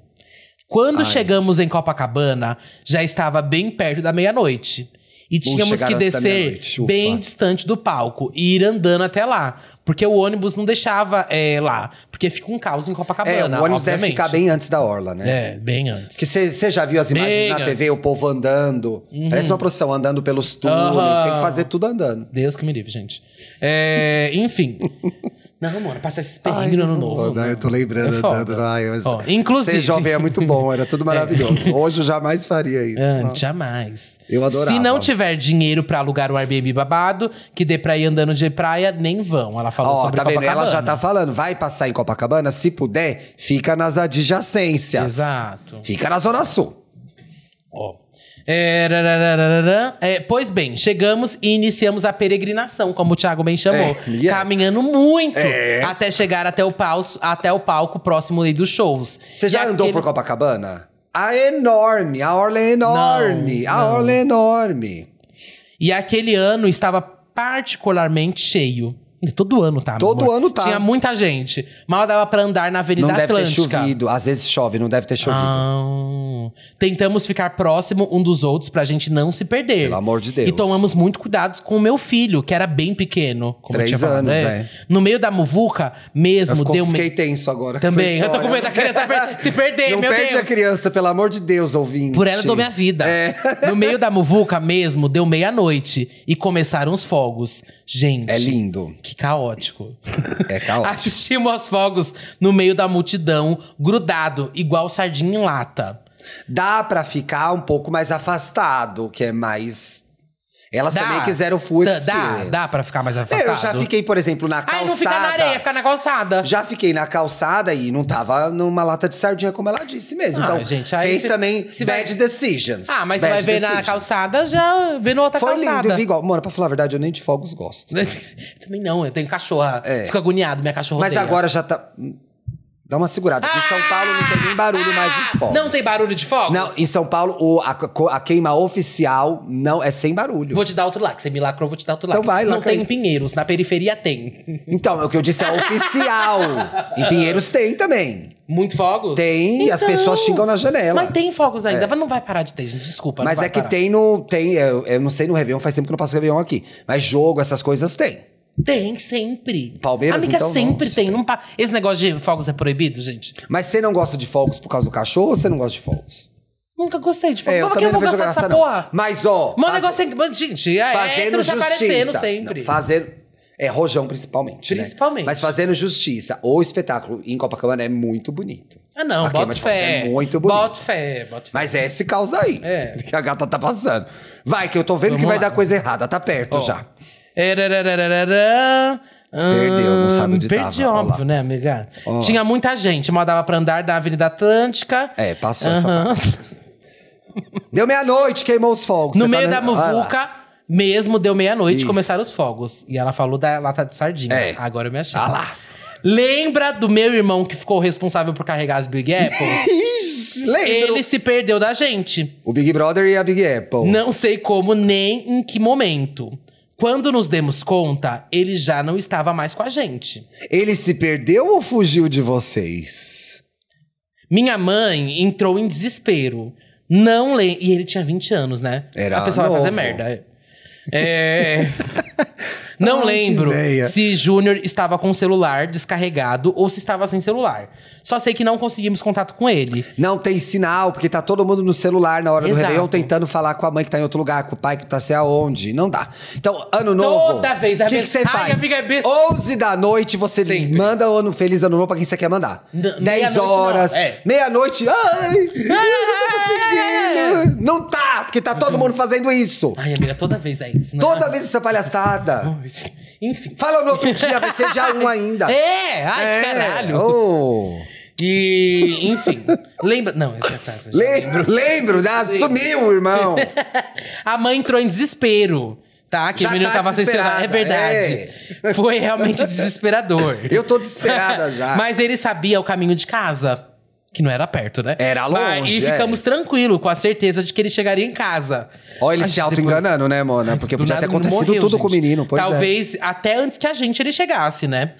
S1: Quando
S3: Ai.
S1: chegamos em Copacabana, já estava bem perto da meia-noite. E tínhamos que
S3: chegaram antes da
S1: descer
S3: meia-noite, ufa.
S1: bem distante do palco e ir andando até lá. Porque o ônibus não deixava é, lá. Porque fica um caos em
S3: É,
S1: Copacabana.
S3: o ônibus deve
S1: obviamente.
S3: ficar bem antes da orla, né?
S1: É, bem antes.
S3: Que você já viu as imagens
S1: Bem
S3: na
S1: antes. Uhum.
S3: TV, o povo andando. Parece uma procissão andando pelos túneis,
S1: Aham.
S3: tem que fazer tudo andando.
S1: Deus que me livre, gente. É, enfim. Não, mano, passa esse perrengue no ano novo.
S3: Não,
S1: mano.
S3: né, eu tô lembrando,
S1: É foda.
S3: andando. Ai, mas
S1: Ó, inclusive-
S3: Ser jovem é muito bom, era tudo maravilhoso. Hoje eu jamais faria isso.
S1: Ah,
S3: Nossa.
S1: jamais.
S3: Eu adorava.
S1: Se não tiver dinheiro pra alugar um Airbnb babado, que dê pra ir andando de praia, nem vão. Ela falou
S3: Ó,
S1: sobre
S3: tá vendo? Ela
S1: Copacabana.
S3: já tá falando, vai passar em Copacabana, se puder, fica nas adjacências.
S1: Exato.
S3: Fica na Zona Sul.
S1: Ó. É, rarararararã. É, pois bem, chegamos e iniciamos a peregrinação, como o Thiago bem chamou.
S3: É, e é.
S1: Caminhando muito
S3: É.
S1: até chegar até o, paus, até o palco próximo aí dos shows.
S3: Você
S1: E
S3: já andou
S1: aquele-
S3: por Copacabana? A enorme, a orla é enorme,
S1: Não,
S3: a
S1: não.
S3: orla é enorme.
S1: E aquele ano estava particularmente cheio. Todo ano tá. meu
S3: Todo
S1: amor.
S3: ano tá.
S1: Tinha muita gente. Mal dava pra andar na Avenida
S3: não deve
S1: Atlântica.
S3: ter chovido, às vezes chove, não deve ter chovido.
S1: Ah, tentamos ficar próximo um dos outros pra gente não se perder.
S3: Pelo amor de Deus.
S1: E tomamos muito cuidado com o meu filho, que era bem pequeno. Como eu
S3: Três
S1: tinha falado,
S3: anos,
S1: é.
S3: é.
S1: No meio da muvuca
S3: Eu
S1: mesmo,
S3: fico-
S1: deu
S3: fiquei
S1: meio.
S3: tenso agora. com
S1: Também,
S3: essa
S1: eu tô com medo da
S3: história.
S1: criança per- se perder,
S3: não
S1: meu
S3: perde
S1: Deus.
S3: a criança, pelo amor de Deus, ouvinte.
S1: Por ela eu dou minha vida.
S3: É.
S1: No meio da muvuca mesmo, deu meia-noite e começaram os fogos. Gente.
S3: É lindo.
S1: Que caótico.
S3: É caótico.
S1: Assistimos aos fogos no meio da multidão, grudado, igual sardinha em lata.
S3: Dá pra ficar um pouco mais afastado, que é mais... Elas
S1: Dá.
S3: também quiseram full
S1: Dá-
S3: experience.
S1: Dá, dá pra ficar mais afastado?
S3: É, Eu já fiquei, por exemplo, na calçada.
S1: Ai, não fica na areia, fica na calçada.
S3: Já fiquei na calçada e não tava numa lata de sardinha, como ela disse mesmo.
S1: Ah,
S3: então,
S1: gente, aí
S3: fez
S1: se-
S3: também
S1: se vai-
S3: bad decisions.
S1: Ah, mas você
S3: Bad
S1: vai ver na
S3: decisions.
S1: calçada, já vê na outra
S3: Foi
S1: calçada.
S3: lindo, eu vi igual. Mano, pra falar a verdade, eu nem de fogos gosto.
S1: Também não, eu tenho cachorra.
S3: É.
S1: Fico agoniado, minha cachorra
S3: Mas
S1: odeia.
S3: agora já tá... Dá uma segurada, porque em São Paulo não tem nem barulho mais dos fogos.
S1: Ah! Não tem barulho de fogos?
S3: Não, em São Paulo, o- a, co- a queima oficial não é sem barulho.
S1: Vou te dar outro lá, que você me lacrou, vou te dar outro lá.
S3: Então vai,
S1: Não
S3: lacra
S1: tem em
S3: aí.
S1: Pinheiros, na periferia tem.
S3: Então, é o que eu disse é oficial. em Pinheiros tem também.
S1: Muito fogos? Então,
S3: Tem, e as pessoas xingam na janela. É.
S1: Mas tem fogos ainda, mas não vai parar de ter, gente, desculpa.
S3: Mas
S1: não vai
S3: é que
S1: parar.
S3: tem no. Tem, eu, eu não sei no Réveillon, faz tempo que eu não passo Réveillon aqui. Mas jogo, essas coisas tem.
S1: Tem, sempre.
S3: Palmeiras,
S1: Amiga,
S3: então, não.
S1: sempre tem. Não pa- Esse negócio de fogos é proibido, gente?
S3: Mas você não gosta de fogos por causa do cachorro ou você não gosta de fogos?
S1: Nunca gostei de fofoca.
S3: É, eu
S1: Por que
S3: também não
S1: vou
S3: vejo
S1: gostar dessa
S3: graça, não.
S1: porra?
S3: Mas, ó.
S1: Mó
S3: faze-
S1: negócio em que. Gente, é
S3: fazendo
S1: hétero já
S3: justiça.
S1: aparecendo sempre.
S3: Não, fazer. É rojão, principalmente. né?
S1: Principalmente.
S3: Mas fazendo justiça. O espetáculo em Copacabana é muito bonito.
S1: Ah, não,
S3: A queima
S1: bota
S3: de fogos
S1: fé.
S3: É muito bonito.
S1: Bota fé, bota fé.
S3: Mas é esse caos aí
S1: É.
S3: que a gata tá passando. Vai, que eu tô vendo
S1: Vamos
S3: que vai
S1: lá.
S3: dar coisa errada. Tá perto
S1: Ó.
S3: já.
S1: Erararararã.
S3: Perdeu, não sabe onde
S1: Hum, Perdi,
S3: tava. Ó
S1: óbvio,
S3: lá.
S1: né, amiga?
S3: Ó.
S1: Tinha muita gente. Mal dava pra andar da Avenida Atlântica.
S3: É, passou essa
S1: Aham.
S3: parte. Deu meia-noite, queimou os fogos.
S1: No
S3: Você tá
S1: meio da
S3: lendo- Olha lá.
S1: muvuca, mesmo deu meia-noite,
S3: Isso.
S1: começaram os fogos. E ela falou da lata de sardinha.
S3: É.
S1: Agora eu me achei.
S3: Ah lá.
S1: Lembra do meu irmão que ficou responsável por carregar as Big Apples?
S3: Ixi, lembro.
S1: Ele se perdeu da gente.
S3: O Big Brother e a Big Apple.
S1: Não sei como nem em que momento. Quando nos demos conta, ele já não estava mais com a gente.
S3: Ele se perdeu ou fugiu de vocês?
S1: Minha mãe entrou em desespero. Não lembro. E ele tinha 20 anos, né?
S3: Era
S1: a pessoa vai fazer
S3: novo.
S1: merda. É. não
S3: Ai, que
S1: lembro
S3: ideia.
S1: se Júnior estava com o celular descarregado ou se estava sem celular. Só sei que não conseguimos contato com ele.
S3: Não tem sinal, porque tá todo mundo no celular na hora do
S1: Exato.
S3: Réveillon tentando falar com a mãe que tá em outro lugar, com o pai que tá sei aonde. Não dá. Então, ano novo.
S1: Toda vez,
S3: O
S1: a
S3: que que
S1: vez-
S3: você
S1: Ai,
S3: faz?
S1: amiga, é besta.
S3: 11 da noite você
S1: Sempre.
S3: manda o ano feliz ano novo pra quem você quer mandar.
S1: N-
S3: 10
S1: meia-noite não,
S3: horas.
S1: é.
S3: Meia-noite. Ai! eu não tô conseguindo. Não tá, porque tá
S1: Uhum.
S3: todo mundo fazendo isso.
S1: Ai, amiga, toda vez é isso. né?
S3: Toda vez essa palhaçada.
S1: Enfim.
S3: Fala no outro dia, vai ser dia 1 ainda.
S1: É! Ai, caralho!
S3: Ô.
S1: E, enfim. lembra. Não, essa é a taça, já
S3: Lembro, lembro, já sumiu, irmão.
S1: A mãe entrou em desespero, tá? Que
S3: Já
S1: o menino
S3: tá
S1: tava sem celular. É
S3: desesperada, é.
S1: verdade. Foi realmente desesperador.
S3: Eu tô desesperada já.
S1: Mas ele sabia o caminho de casa. Que não era perto, né?
S3: Era
S1: Mas-
S3: longe,
S1: e
S3: é.
S1: ficamos tranquilos, com a certeza de que ele chegaria em casa.
S3: Ó, ele
S1: Mas
S3: se
S1: depois-
S3: auto-enganando, né, Mona? Porque
S1: do
S3: podia
S1: nada
S3: ter
S1: não
S3: acontecido
S1: morreu,
S3: tudo
S1: gente.
S3: com o menino, pois é.
S1: Talvez até antes que a gente ele chegasse, né?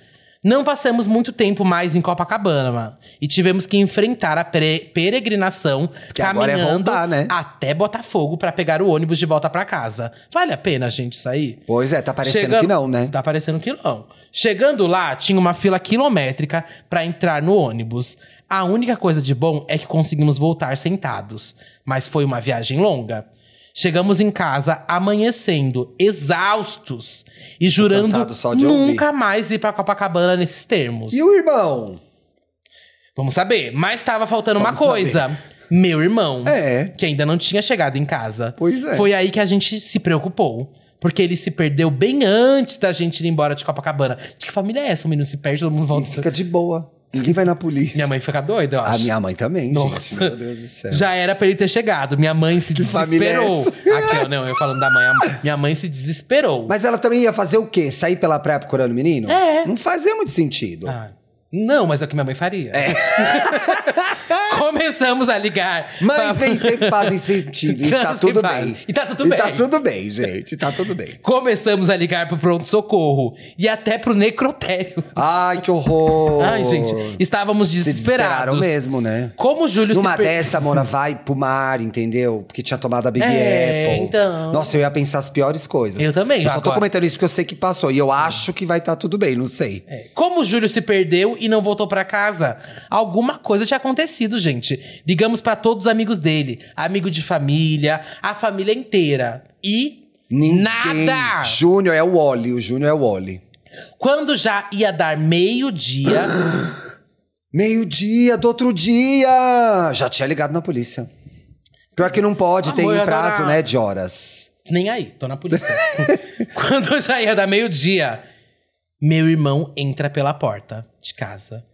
S1: Não passamos muito tempo mais em Copacabana, mano. E tivemos que enfrentar a pre- peregrinação
S3: Que agora é
S1: caminhando
S3: voltar, né?
S1: até Botafogo pra pegar o ônibus de volta pra casa. Vale a pena, gente, isso aí?
S3: Pois é, tá parecendo
S1: Chega-
S3: que não, né?
S1: Tá parecendo que não. Chegando lá, tinha uma fila quilométrica pra entrar no ônibus. A única coisa de bom é que conseguimos voltar sentados, mas foi uma viagem longa. Chegamos em casa amanhecendo, exaustos e jurando
S3: cansado só de
S1: nunca mais ir pra Copacabana nesses termos.
S3: E o irmão?
S1: Vamos saber, mas tava faltando
S3: Vamos
S1: uma
S3: saber.
S1: coisa. Meu irmão,
S3: É.
S1: que ainda não tinha chegado em casa.
S3: Pois é.
S1: Foi aí que a gente se preocupou. Porque ele se perdeu bem antes da gente ir embora de Copacabana. De que família é essa? O menino se perde, todo mundo
S3: E
S1: volta.
S3: fica de boa. Ninguém vai na polícia.
S1: Minha mãe fica doida, eu
S3: A
S1: acho.
S3: minha mãe também,
S1: Nossa.
S3: gente. Meu Deus do céu.
S1: Já era pra ele ter chegado. Minha mãe se
S3: Que família é
S1: desesperou. Aqui, ó, não, eu falando da mãe. a mãe- Minha mãe se desesperou.
S3: Mas ela também ia fazer o quê? Sair pela praia procurando o menino?
S1: É.
S3: Não fazia muito sentido.
S1: Ah, não, mas é o que minha mãe faria. Começamos a ligar.
S3: Mas
S1: pra-
S3: nem sempre fazem sentido. E
S1: Não,
S3: tá
S1: sempre
S3: tudo
S1: faz.
S3: bem.
S1: E tá tudo bem.
S3: E tá tudo bem, gente. Tá tudo bem.
S1: Começamos a ligar pro pronto-socorro e até pro necrotério.
S3: Ai, que horror.
S1: Ai, gente, estávamos
S3: Se desesperaram
S1: desesperados.
S3: mesmo, né?
S1: Como o Júlio
S3: Numa
S1: se per-
S3: dessa, Mona, vai pro mar, entendeu? Porque tinha tomado a Big
S1: É,
S3: Apple.
S1: então.
S3: Nossa, eu ia pensar as piores coisas.
S1: Eu também,
S3: Eu só tô
S1: agora.
S3: comentando isso porque eu sei que passou. E eu acho que vai estar tudo bem, não sei.
S1: É, Como o Júlio se perdeu e não voltou pra casa? Alguma coisa tinha acontecido, gente. Ligamos pra todos os amigos dele, amigo de família, a família inteira. E nada!
S3: Júnior é o Oli, o Júnior é o Oli.
S1: Quando já ia dar meio-dia,
S3: Meio-dia do outro dia! Já tinha ligado na polícia. Pior que não pode,
S1: Amor,
S3: tem
S1: eu
S3: um
S1: adorava.
S3: prazo, né, de horas.
S1: nem aí, tô na polícia. Quando já ia dar meio-dia, meu irmão entra pela porta de casa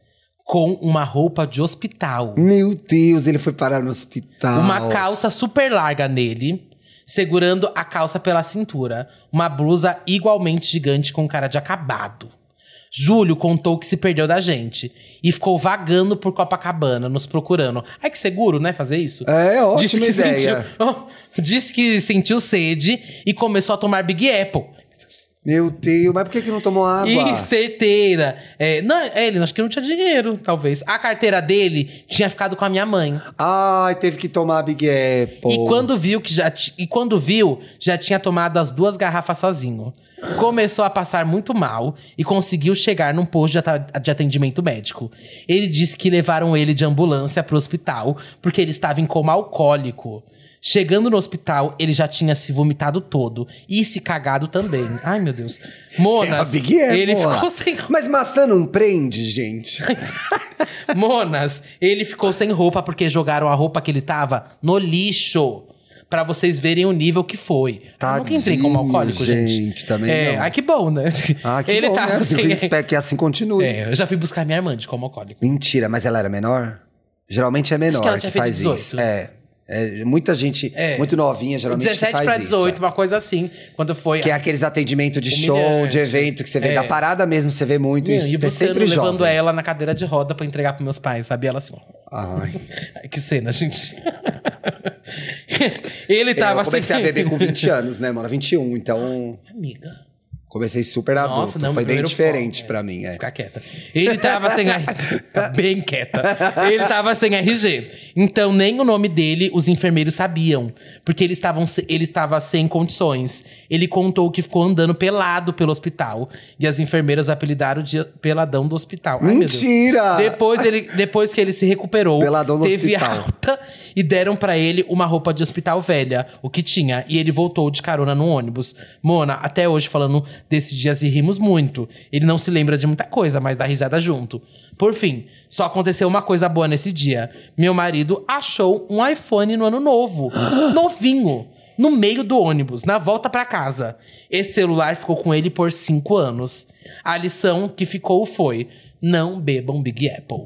S1: com uma roupa de hospital.
S3: Meu Deus, ele foi parar no hospital.
S1: Uma calça super larga nele, segurando a calça pela cintura. Uma blusa igualmente gigante com cara de acabado. Júlio contou que se perdeu da gente e ficou vagando por Copacabana, nos procurando. Ai, que seguro, né, fazer isso?
S3: É, ótima
S1: Disse que Oh,
S3: ideia.
S1: sentiu- disse que sentiu sede e começou a tomar Big Apple.
S3: Meu Deus, mas por que, que não tomou água?
S1: E certeira. É, não, é, ele acho que não tinha dinheiro, talvez. A carteira dele tinha ficado com a minha mãe.
S3: Ai, teve que tomar Big Apple.
S1: E quando viu que já ti- e quando viu, já tinha tomado as duas garrafas sozinho. Começou a passar muito mal e conseguiu chegar num posto de ata- de atendimento médico. Ele disse que levaram ele de ambulância para o hospital porque ele estava em coma alcoólico. Chegando no hospital, ele já tinha se vomitado todo e se cagado também. Ai, meu Deus.
S3: É a
S1: Monas,
S3: Big Apple.
S1: ele
S3: ó.
S1: ficou sem
S3: Mas maçã não prende, gente.
S1: Monas, ele ficou sem roupa porque jogaram a roupa que ele tava no lixo. Pra vocês verem o nível que foi. Eu nunca entrei como
S3: Tadinho,
S1: alcoólico, gente.
S3: gente, também
S1: é,
S3: não.
S1: ai, que bom, né?
S3: Ah, que
S1: ele
S3: bom,
S1: tava
S3: né?
S1: sem.
S3: Eu espero que assim continue.
S1: É, eu já fui buscar minha irmã de como alcoólico.
S3: Mentira, mas ela era menor? Geralmente é menor
S1: que ela tinha feito
S3: faz
S1: 18.
S3: isso. É, É, Muita gente,
S1: É.
S3: muito novinha, geralmente que
S1: 17
S3: faz
S1: pra
S3: isso,
S1: 18,
S3: é.
S1: uma coisa assim. Quando foi.
S3: Que é aqueles atendimentos de show,
S1: Humilhante.
S3: de evento, que você vê
S1: É.
S3: da parada mesmo, você vê muito
S1: Não,
S3: isso.
S1: e
S3: é
S1: você
S3: sempre jovem.
S1: levando ela na cadeira de roda pra entregar pros meus pais, sabe? Ela assim, ó.
S3: Ai.
S1: Ai, que cena, gente. ele tava
S3: É, eu comecei
S1: assim.
S3: a beber com 20 anos, né, mano? 21, então
S1: Amiga.
S3: comecei super adulto.
S1: Nossa, não,
S3: Foi bem
S1: primeiro né?
S3: diferente
S1: pó,
S3: pra mim, é.
S1: Ficar quieta. Ele tava sem RG. Fica bem quieta. Ele tava sem RG. Então, nem o nome dele os enfermeiros sabiam. Porque eles estavam se- ele estava sem condições. Ele contou que ficou andando pelado pelo hospital. E as enfermeiras apelidaram de peladão do hospital. Ai, meu Deus.
S3: Mentira!
S1: Depois, ele, depois que ele se recuperou,
S3: Peladão do
S1: teve
S3: hospital.
S1: alta e deram pra ele uma roupa de hospital velha, o que tinha, e ele voltou de carona no ônibus. Mona, até hoje falando desse dia se rimos muito. Ele não se lembra de muita coisa, mas dá risada junto. Por fim, só aconteceu uma coisa boa nesse dia. Meu marido achou um iPhone no ano novo, novinho. No meio do ônibus, na volta pra casa. Esse celular ficou com ele por cinco anos. A lição que ficou foi: não bebam Big Apple.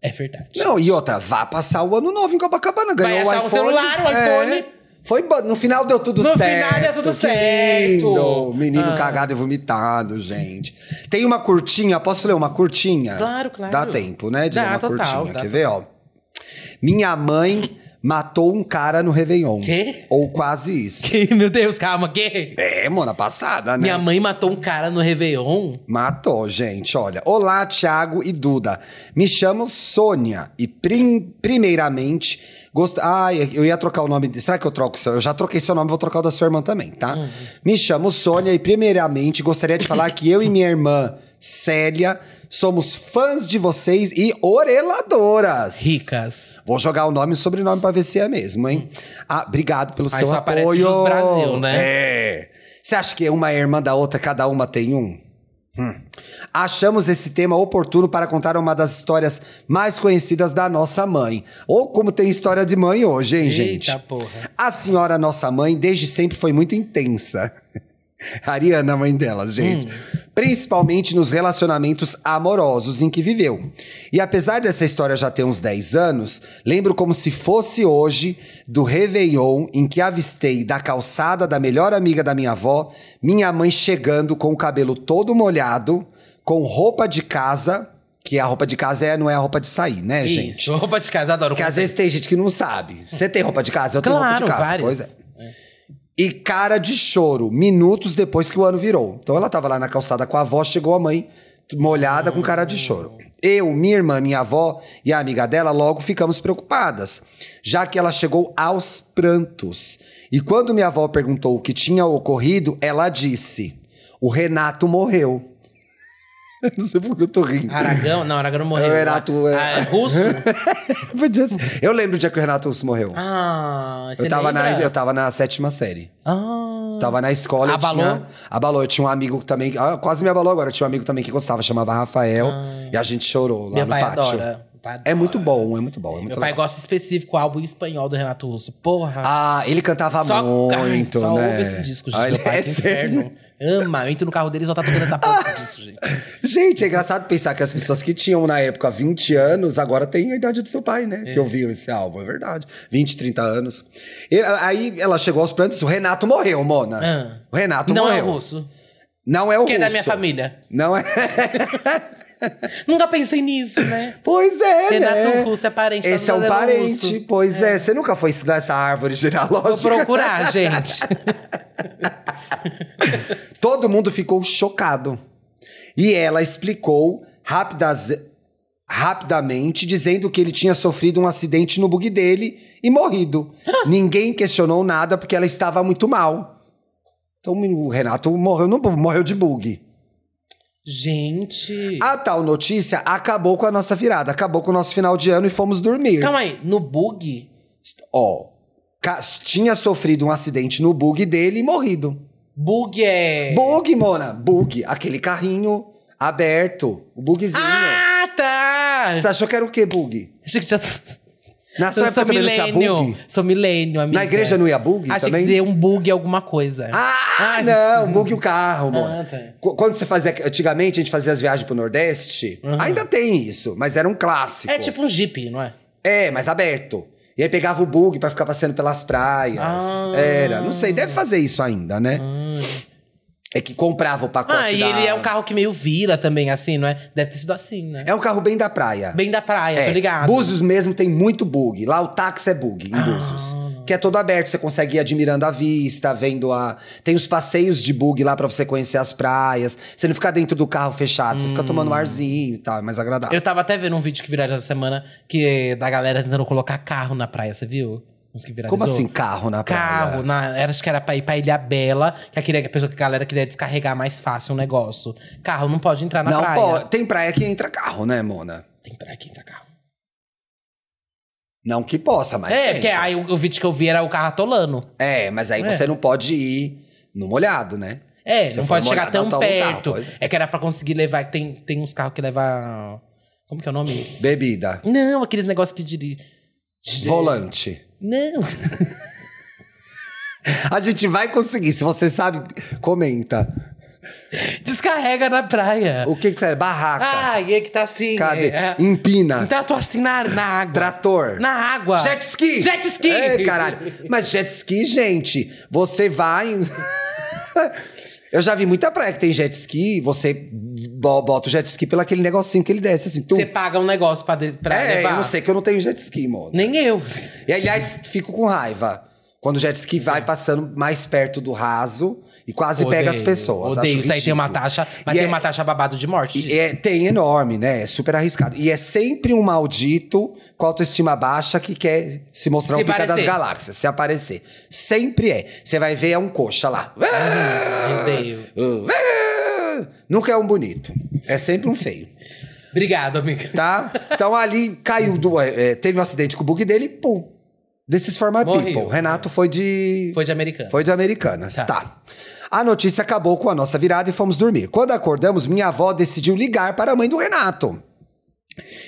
S1: É verdade.
S3: Não, e outra, vá passar o ano novo em Copacabana. Ganhou
S1: Vai achar
S3: o
S1: um
S3: iPhone.
S1: celular, um
S3: É.
S1: iPhone.
S3: Foi bom. No final deu tudo
S1: No
S3: certo.
S1: final deu tudo
S3: que
S1: certo.
S3: Lindo. Menino
S1: Ah.
S3: cagado e vomitado, gente. Tem uma curtinha, posso ler uma curtinha?
S1: Claro, claro.
S3: Dá tempo, né? De
S1: Dá,
S3: ler uma
S1: total,
S3: curtinha.
S1: dá
S3: Quer ver, ó? Minha mãe matou um cara no Réveillon.
S1: Quê?
S3: Ou quase isso.
S1: Que- meu Deus, calma, que?
S3: É, mona, passada, né?
S1: Minha mãe matou um cara no Réveillon.
S3: Matou, gente. Olha. Olá, Thiago e Duda. Me chamo Sônia e prim- primeiramente gost... Ai, eu ia trocar o nome. de- Será que eu troco? seu? Eu já troquei seu nome, vou trocar o da sua irmã também, tá? Me chamo Sônia e primeiramente gostaria de falar que eu e minha irmã Célia somos fãs de vocês e oreladoras.
S1: Ricas.
S3: Vou jogar o nome e o sobrenome pra ver se é mesmo, hein? Ah, obrigado pelo
S1: Aí
S3: seu
S1: só aparece
S3: apoio.
S1: os Brasil, né?
S3: É. Você acha que uma é irmã da outra, cada uma tem um? Hum. Achamos esse tema oportuno para contar uma das histórias mais conhecidas da nossa mãe. Ou como tem história de mãe hoje, hein, gente?
S1: Eita porra.
S3: A senhora, nossa mãe, desde sempre foi muito intensa. Ariana, mãe dela, gente. Principalmente nos relacionamentos amorosos em que viveu. E apesar dessa história já ter uns 10 anos, lembro como se fosse hoje do Réveillon em que avistei da calçada da melhor amiga da minha avó, minha mãe chegando com o cabelo todo molhado, com roupa de casa, que a roupa de casa é, não é a roupa de sair, né, gente?
S1: Isso, roupa de casa, adoro.
S3: Porque às vezes tem gente que não sabe. Você tem roupa de casa? Eu tenho roupa
S1: claro,
S3: de casa.
S1: várias.
S3: Pois é. E cara de choro, minutos depois que o ano virou. Então ela tava lá na calçada com a avó, chegou a mãe molhada com cara de choro. Eu, minha irmã, minha avó e a amiga dela logo ficamos preocupadas, já que ela chegou aos prantos. E quando minha avó perguntou o que tinha ocorrido, ela disse: "O Renato morreu". Não sei por que eu tô rindo.
S1: Aragão, não, Aragão não morreu.
S3: Eu era tu-
S1: Ah, é russo?
S3: Podia ser. Eu lembro o dia que o Renato Russo morreu.
S1: Ah, você
S3: Eu tava,
S1: lembra?
S3: na, eu tava na sétima série.
S1: Ah,
S3: Tava na escola,
S1: Abalou?
S3: eu tinha... Abalou. Eu tinha um amigo que também... ah, quase me abalou agora. Eu tinha um amigo também que gostava, chamava Rafael. E a gente chorou lá
S1: Ah. meu
S3: no
S1: pai
S3: pátio.
S1: adora. Meu pai
S3: É
S1: adora.
S3: muito bom, é muito bom. É muito
S1: Meu pai
S3: legal.
S1: gosta específico, o álbum espanhol do Renato Russo. Porra.
S3: Ah, ele cantava
S1: Só,
S3: muito,
S1: Ai, só
S3: né?
S1: ouve esse disco, gente.
S3: Ah, ele-
S1: Meu pai,
S3: é
S1: que
S3: sério.
S1: inferno. Ama. Eu entro no carro dele e só tá tocando essa porra desse disco, gente.
S3: Gente, é engraçado pensar que as pessoas que tinham na época 20 anos, agora têm a idade do seu pai, né? Que ouviam esse álbum, é verdade. 20, 30 anos. E, ah, aí ela chegou aos prantos, o Renato morreu, Mona.
S1: Ah.
S3: O Renato
S1: Não é
S3: morreu.
S1: o russo.
S3: Não é o
S1: Que é da minha
S3: russo.
S1: família.
S3: Não é.
S1: Nunca pensei nisso, né?
S3: Pois é,
S1: Renato
S3: né?
S1: Russo é parente da
S3: Esse é um
S1: Suzana
S3: parente,
S1: Russo.
S3: pois é. Você nunca foi estudar essa árvore
S1: Vou
S3: genealógica?
S1: procurar, gente.
S3: Todo Todo mundo ficou chocado. E ela explicou rapidas- rapidamente, dizendo que ele tinha sofrido um acidente no bug dele e morrido. Ninguém questionou nada porque ela estava muito mal. Então o Renato morreu, no, bu- morreu de bug.
S1: Gente.
S3: A tal notícia acabou com a nossa virada, acabou com o nosso final de ano e fomos dormir.
S1: Calma aí, no bug?
S3: Ó, ca- tinha sofrido um acidente no bug dele e morrido.
S1: Bug é.
S3: Bug, Mona. Bug. Aquele carrinho aberto. O bugzinho.
S1: Ah, tá!
S3: Você achou que era o quê, bug?
S1: Achei que já.
S3: Na sua
S1: Eu sou
S3: época também não tinha
S1: milênio.
S3: bug?
S1: Sou milênio, amiga.
S3: Na igreja não ia bug
S1: Achei
S3: também?
S1: que deu um bug em alguma coisa.
S3: Ah,
S1: Ah,
S3: não. Bug o carro, Mona.
S1: Ah, tá.
S3: Qu- Quando você fazia... Antigamente, a gente fazia as viagens pro Nordeste. Ainda tem isso, mas era um clássico.
S1: é tipo um jeep, não é?
S3: É, mas aberto. E aí pegava o bug pra ficar passeando pelas praias.
S1: Ah.
S3: Era. Não sei, deve fazer isso ainda, né? É que comprava o pacote
S1: Ah, e
S3: da-
S1: ele é um carro que meio vira também, assim, não é? Deve ter sido assim, né?
S3: É um carro bem da praia.
S1: Bem da praia,
S3: É,
S1: tô ligado. Ah.
S3: Búzios mesmo tem muito bug. Lá o táxi é bug em Búzios. Que é todo aberto, você consegue ir admirando a vista, vendo a. Tem os passeios de bug lá pra você conhecer as praias. Você não fica dentro do carro fechado, você fica tomando um arzinho e tal, é mais agradável.
S1: Hum. Eu tava até vendo um vídeo que viralizou essa semana que é da galera tentando colocar carro na praia, você viu? Uns que viralizou.
S3: Como assim, carro na praia?
S1: Carro, na, era, acho que era pra ir pra Ilha Bela, que a, queria, a pessoa que a galera queria descarregar mais fácil o negócio. Carro não pode entrar na
S3: não,
S1: praia.
S3: pô, tem praia que entra carro, né, Mona?
S1: Tem praia que entra carro.
S3: Não que possa, mas.
S1: é,
S3: entra.
S1: porque aí o, o vídeo que eu vi era o carro atolando.
S3: É, mas aí
S1: É.
S3: você não pode ir no molhado, né?
S1: É,
S3: Se
S1: não
S3: for
S1: pode chegar
S3: molhado,
S1: tão
S3: atola o carro,
S1: perto.
S3: pois é.
S1: é que era pra conseguir levar. Tem, tem uns carros que levam. Como que é o nome?
S3: Bebida.
S1: Não, aqueles negócios que dirige.
S3: Volante.
S1: Não.
S3: A gente vai conseguir. Se você sabe, comenta.
S1: Descarrega na praia.
S3: O que que você... Barraca.
S1: Ah, e é que tá assim.
S3: Cadê?
S1: É, é.
S3: Empina.
S1: Então eu tô assim na, na água.
S3: Trator.
S1: Na água.
S3: Jet ski.
S1: Jet ski.
S3: É, caralho. Mas jet ski, gente, você vai... Eu já vi muita praia que tem jet ski, você bo- bota o jet ski pelo aquele negocinho que ele desce, assim. Tu...
S1: Você paga um negócio pra, de, pra
S3: é,
S1: levar.
S3: eu não sei que eu não tenho jet ski, mano.
S1: Nem eu.
S3: E aliás, fico com raiva. Quando o jet ski vai passando mais perto do raso e quase pega as
S1: É. Odeio,
S3: pessoas.
S1: Odeio.
S3: Acho
S1: Isso aí tem uma
S3: ridículo.
S1: taxa, mas
S3: E
S1: tem
S3: é-
S1: uma taxa babado de morte.
S3: E é, tem enorme, né? É super arriscado. E é sempre um maldito com autoestima baixa que quer se mostrar
S1: Se
S3: um pica das
S1: parecer.
S3: galáxias, se aparecer. Sempre é. Você vai ver, é um coxa lá.
S1: Uhum. Odeio.
S3: Nunca é um bonito. É sempre um feio,
S1: Obrigado, amiga.
S3: tá? Então ali caiu, do, é, é, teve um acidente com o bug dele e pum. Desses forma
S1: Morreu.
S3: people. Renato foi de.
S1: Foi de americano.
S3: Foi de Americanas,
S1: Tá.
S3: tá. A notícia acabou com a nossa virada e fomos dormir. Quando acordamos, minha avó decidiu ligar para a mãe do Renato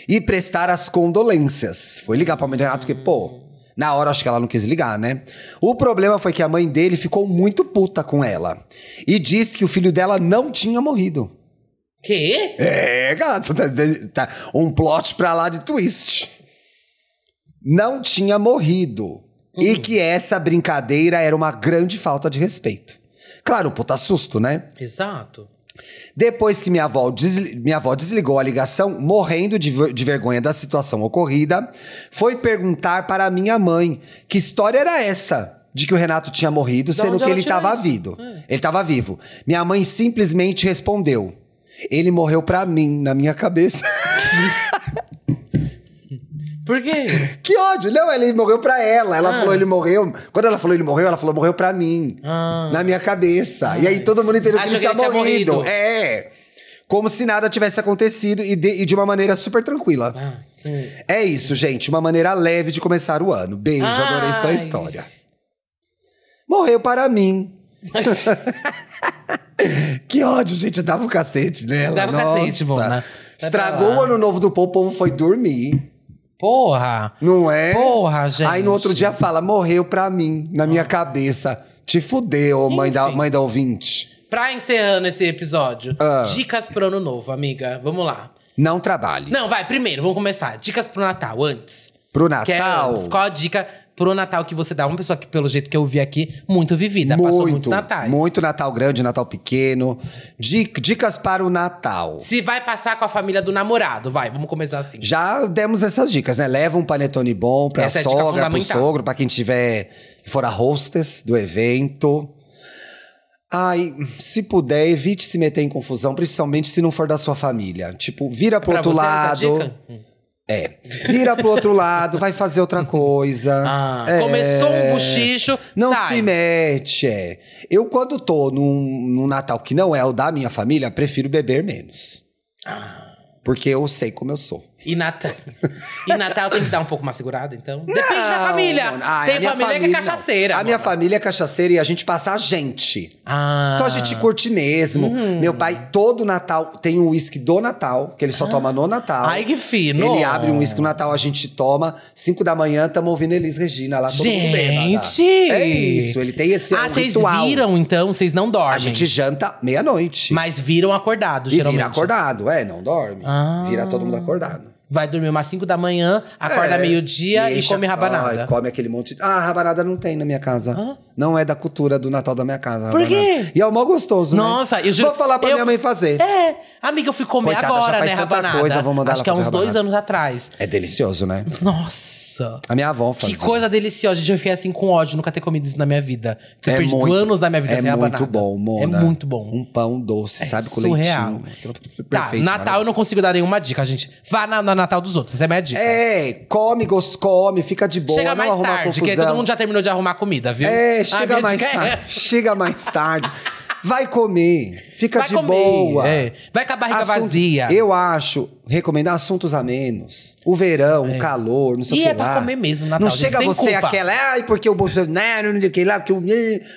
S3: e prestar as condolências. Foi ligar para a mãe do Renato, porque, pô, na hora acho que ela não quis ligar, né? O problema foi que a mãe dele ficou muito puta com ela e disse que o filho dela não tinha morrido.
S1: Quê?
S3: É, gato, tá, tá- um plot pra lá de twist. Não tinha morrido. E que essa brincadeira era uma grande falta de respeito. Claro, puta susto, né?
S1: Exato.
S3: Depois que minha avó, desli- minha avó desligou a ligação, morrendo de, ver- de vergonha da situação ocorrida, foi perguntar para minha mãe que história era essa de que o Renato tinha morrido,
S1: Da
S3: sendo
S1: onde
S3: que
S1: ela
S3: ele
S1: tirou
S3: estava
S1: isso?
S3: vivo.
S1: É.
S3: Ele estava vivo. Minha mãe simplesmente respondeu: Ele morreu para mim, na minha cabeça.
S1: Por quê?
S3: que ódio! Não, ele morreu para ela. Ela
S1: Ah.
S3: falou: Ele morreu. Quando ela falou: Ele morreu, ela falou: Morreu para mim,
S1: Ah.
S3: na minha cabeça. E aí todo mundo entendeu que
S1: Achou
S3: ele tinha
S1: que ele tinha
S3: morrido.
S1: morrido.
S3: É. Como se nada tivesse acontecido e de, e de uma maneira super tranquila.
S1: Ah, hum.
S3: É isso, gente. Uma maneira leve de começar o ano. Beijo, adorei sua
S1: Ai.
S3: história. Morreu para mim. que ódio, gente. Dava um cacete nela.
S1: Dava um
S3: Nossa.
S1: cacete, Mona. Vai pra
S3: Estragou
S1: lá.
S3: o ano novo do povo, o povo foi dormir.
S1: Porra.
S3: Não é?
S1: Porra, gente. Ah.
S3: Aí no outro dia fala, morreu pra mim, na minha cabeça. Te fudeu, mãe da,
S1: Enfim.
S3: mãe da ouvinte.
S1: Pra encerrando esse episódio,
S3: Ah.
S1: dicas pro ano novo, amiga. Vamos lá.
S3: Não trabalhe.
S1: Não, vai, primeiro, vamos começar. Dicas pro Natal, antes.
S3: Pro
S1: Que é
S3: Natal.
S1: antes. Qual a dica pro Natal que você dá? Uma pessoa que, pelo jeito que eu vi aqui, muito vivida. passou muito Natais.
S3: muito Natal grande, Natal pequeno. Di- Dicas para o Natal.
S1: Se vai passar com a família do namorado, vai, vamos começar assim.
S3: Já demos essas dicas, né? Leva um panetone bom pra
S1: Essa é a dica
S3: sogra, pro
S1: fundamental.
S3: sogro, pra quem tiver for a hostess do evento. Ai, se puder, evite se meter em confusão, principalmente se não for da sua família. Tipo, vira pro
S1: É Pra
S3: outro
S1: você
S3: lado.
S1: essa dica?
S3: É. Vira pro outro lado, vai fazer outra coisa.
S1: Ah,
S3: É,
S1: Começou um bochicho,
S3: Não
S1: sai.
S3: se mete. é. Eu, quando tô num, num Natal que não é o da minha família, prefiro beber menos.
S1: Ah.
S3: Porque eu sei como eu sou.
S1: E Natal. e Natal tem que dar um pouco mais segurada, então. Depende da
S3: Não,
S1: família.
S3: mano. Ai, a
S1: tem
S3: minha
S1: família, que é
S3: não.
S1: cachaceira.
S3: A minha
S1: mano.
S3: família é cachaceira e a gente passa a gente.
S1: Ah. Uhum.
S3: Então a gente curte mesmo. Meu pai, todo Natal, tem um uísque do Natal, que ele só toma no Natal.
S1: Ah. Ai, que fino.
S3: Ele abre um uísque no Natal, a gente toma. Cinco da manhã, tamo ouvindo Elis Regina lá, todo mundo bêbada.
S1: Gente!
S3: É isso, ele tem esse
S1: Ah,
S3: um
S1: vocês
S3: ritual.
S1: viram então? Vocês não dormem.
S3: A gente janta meia-noite.
S1: Mas viram acordado,
S3: E
S1: geralmente.
S3: vira acordado, é, não dorme.
S1: Ah.
S3: Vira todo mundo acordado.
S1: Vai dormir umas 5 da manhã, acorda
S3: É,
S1: meio-dia e,
S3: enche a-
S1: come rabanada.
S3: Ai, come aquele monte de... Ah, rabanada não tem na minha casa.
S1: Hã?
S3: Não é da cultura do Natal da minha casa.
S1: Por
S3: rabanada.
S1: quê?
S3: E é o mó gostoso,
S1: Nossa,
S3: né?
S1: eu juro-
S3: Vou falar pra
S1: eu-
S3: minha mãe fazer. É,
S1: É, amiga, eu fui comer
S3: Coitada, já
S1: agora,
S3: faz
S1: né,
S3: tanta
S1: rabanada.
S3: coisa, vou mandar
S1: Acho
S3: ela
S1: que há uns
S3: fazer
S1: dois
S3: rabanada.
S1: anos atrás.
S3: delicioso, né?
S1: Nossa!
S3: A minha avó fazia.
S1: Que coisa deliciosa, gente. Eu fiquei assim com ódio, nunca ter comido isso na minha vida. Ter
S3: É
S1: perdido
S3: muito-
S1: anos da minha vida
S3: é
S1: sem rabanada.
S3: muito bom, Mona.
S1: É muito bom. É
S3: Um pão doce, sabe? Com
S1: surreal.
S3: leitinho. Perfeito,
S1: Tá, Natal eu
S3: maravilhoso.
S1: não consigo dar nenhuma dica, gente. Vá na, na Natal dos outros, essa é a minha dica.
S3: É, come, gos- come, fica de boa,
S1: Chega
S3: não
S1: mais
S3: arruma
S1: tarde,
S3: confusão.
S1: que todo mundo já terminou de arrumar a comida, viu?
S3: É,
S1: A
S3: chega
S1: minha
S3: mais
S1: dica é
S3: tarde.
S1: essa.
S3: chega mais tarde. Vai comer, fica
S1: Vai
S3: de
S1: comer,
S3: boa.
S1: é. Vai com a barriga
S3: Assunto-
S1: vazia.
S3: Eu acho, recomendar assuntos a menos. O verão, o calor, não sei
S1: E
S3: o que
S1: é
S3: lá.
S1: pra comer mesmo, Natal,
S3: Não
S1: gente,
S3: chega
S1: sem
S3: você
S1: culpa.
S3: aquela, ai, porque o Bolsonaro, não sei o que lá, porque o...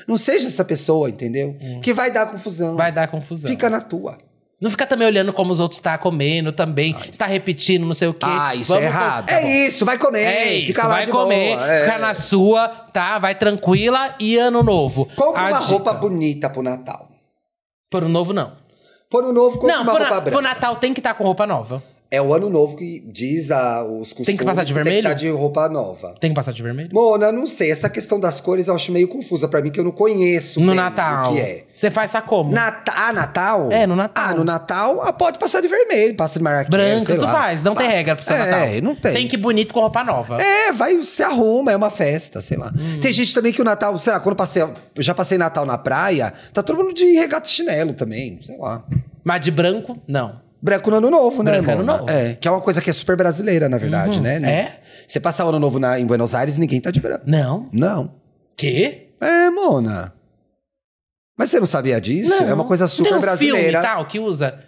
S3: Não seja essa pessoa, entendeu? Que vai dar confusão.
S1: É. Vai dar confusão.
S3: Fica na tua.
S1: Não fica também olhando como os outros tá comendo também, está repetindo, não sei o quê.
S3: Ah, isso
S1: Vamos
S3: é
S1: com-
S3: errado.
S1: Tá bom.
S3: é isso, vai comer.
S1: É isso,
S3: fica lá
S1: vai
S3: de
S1: comer,
S3: boa. é.
S1: fica na sua, tá? Vai tranquila e ano novo.
S3: Compra
S1: A
S3: uma
S1: dica.
S3: roupa bonita pro Natal.
S1: Por um novo, não.
S3: Por o novo, compra
S1: não,
S3: uma
S1: pro,
S3: roupa
S1: na-
S3: branca.
S1: pro Natal tem que estar com roupa nova.
S3: É o ano novo que diz a, os costumes.
S1: Tem que passar de
S3: Tem
S1: vermelho?
S3: que tá de roupa nova.
S1: Tem que passar de vermelho?
S3: Mona, não sei. Essa questão das cores eu acho meio confusa pra mim, que eu não conheço.
S1: no
S3: bem
S1: Natal.
S3: O que é?
S1: Você faz essa como?
S3: Nata ah, Natal?
S1: É, no Natal.
S3: Ah, no Natal ah, pode passar de vermelho, passa de marraqueira,
S1: Branca,
S3: é, sei
S1: tu
S3: lá.
S1: faz. Não tem
S3: Passa.
S1: regra pro seu
S3: é,
S1: Natal.
S3: não tem.
S1: Tem que ir bonito com roupa nova.
S3: É, vai, se arruma, é uma festa, sei lá.
S1: Hum.
S3: Tem gente também que o Natal, sei lá, quando eu passei, eu já passei Natal na praia, tá todo mundo de regata e chinelo também, sei lá.
S1: Mas de branco, não.
S3: Branco no ano novo, né,
S1: Branco no
S3: Mona?
S1: Ano Novo.
S3: É, que é uma coisa que é super brasileira, na verdade, né?
S1: É?
S3: Você passar o ano novo na- em Buenos Aires, ninguém tá de branco.
S1: Não?
S3: Não.
S1: Quê?
S3: É, Mona. Mas você não sabia disso?
S1: Não.
S3: É uma coisa super
S1: tem uns filme e
S3: brasileira.
S1: tal que usa.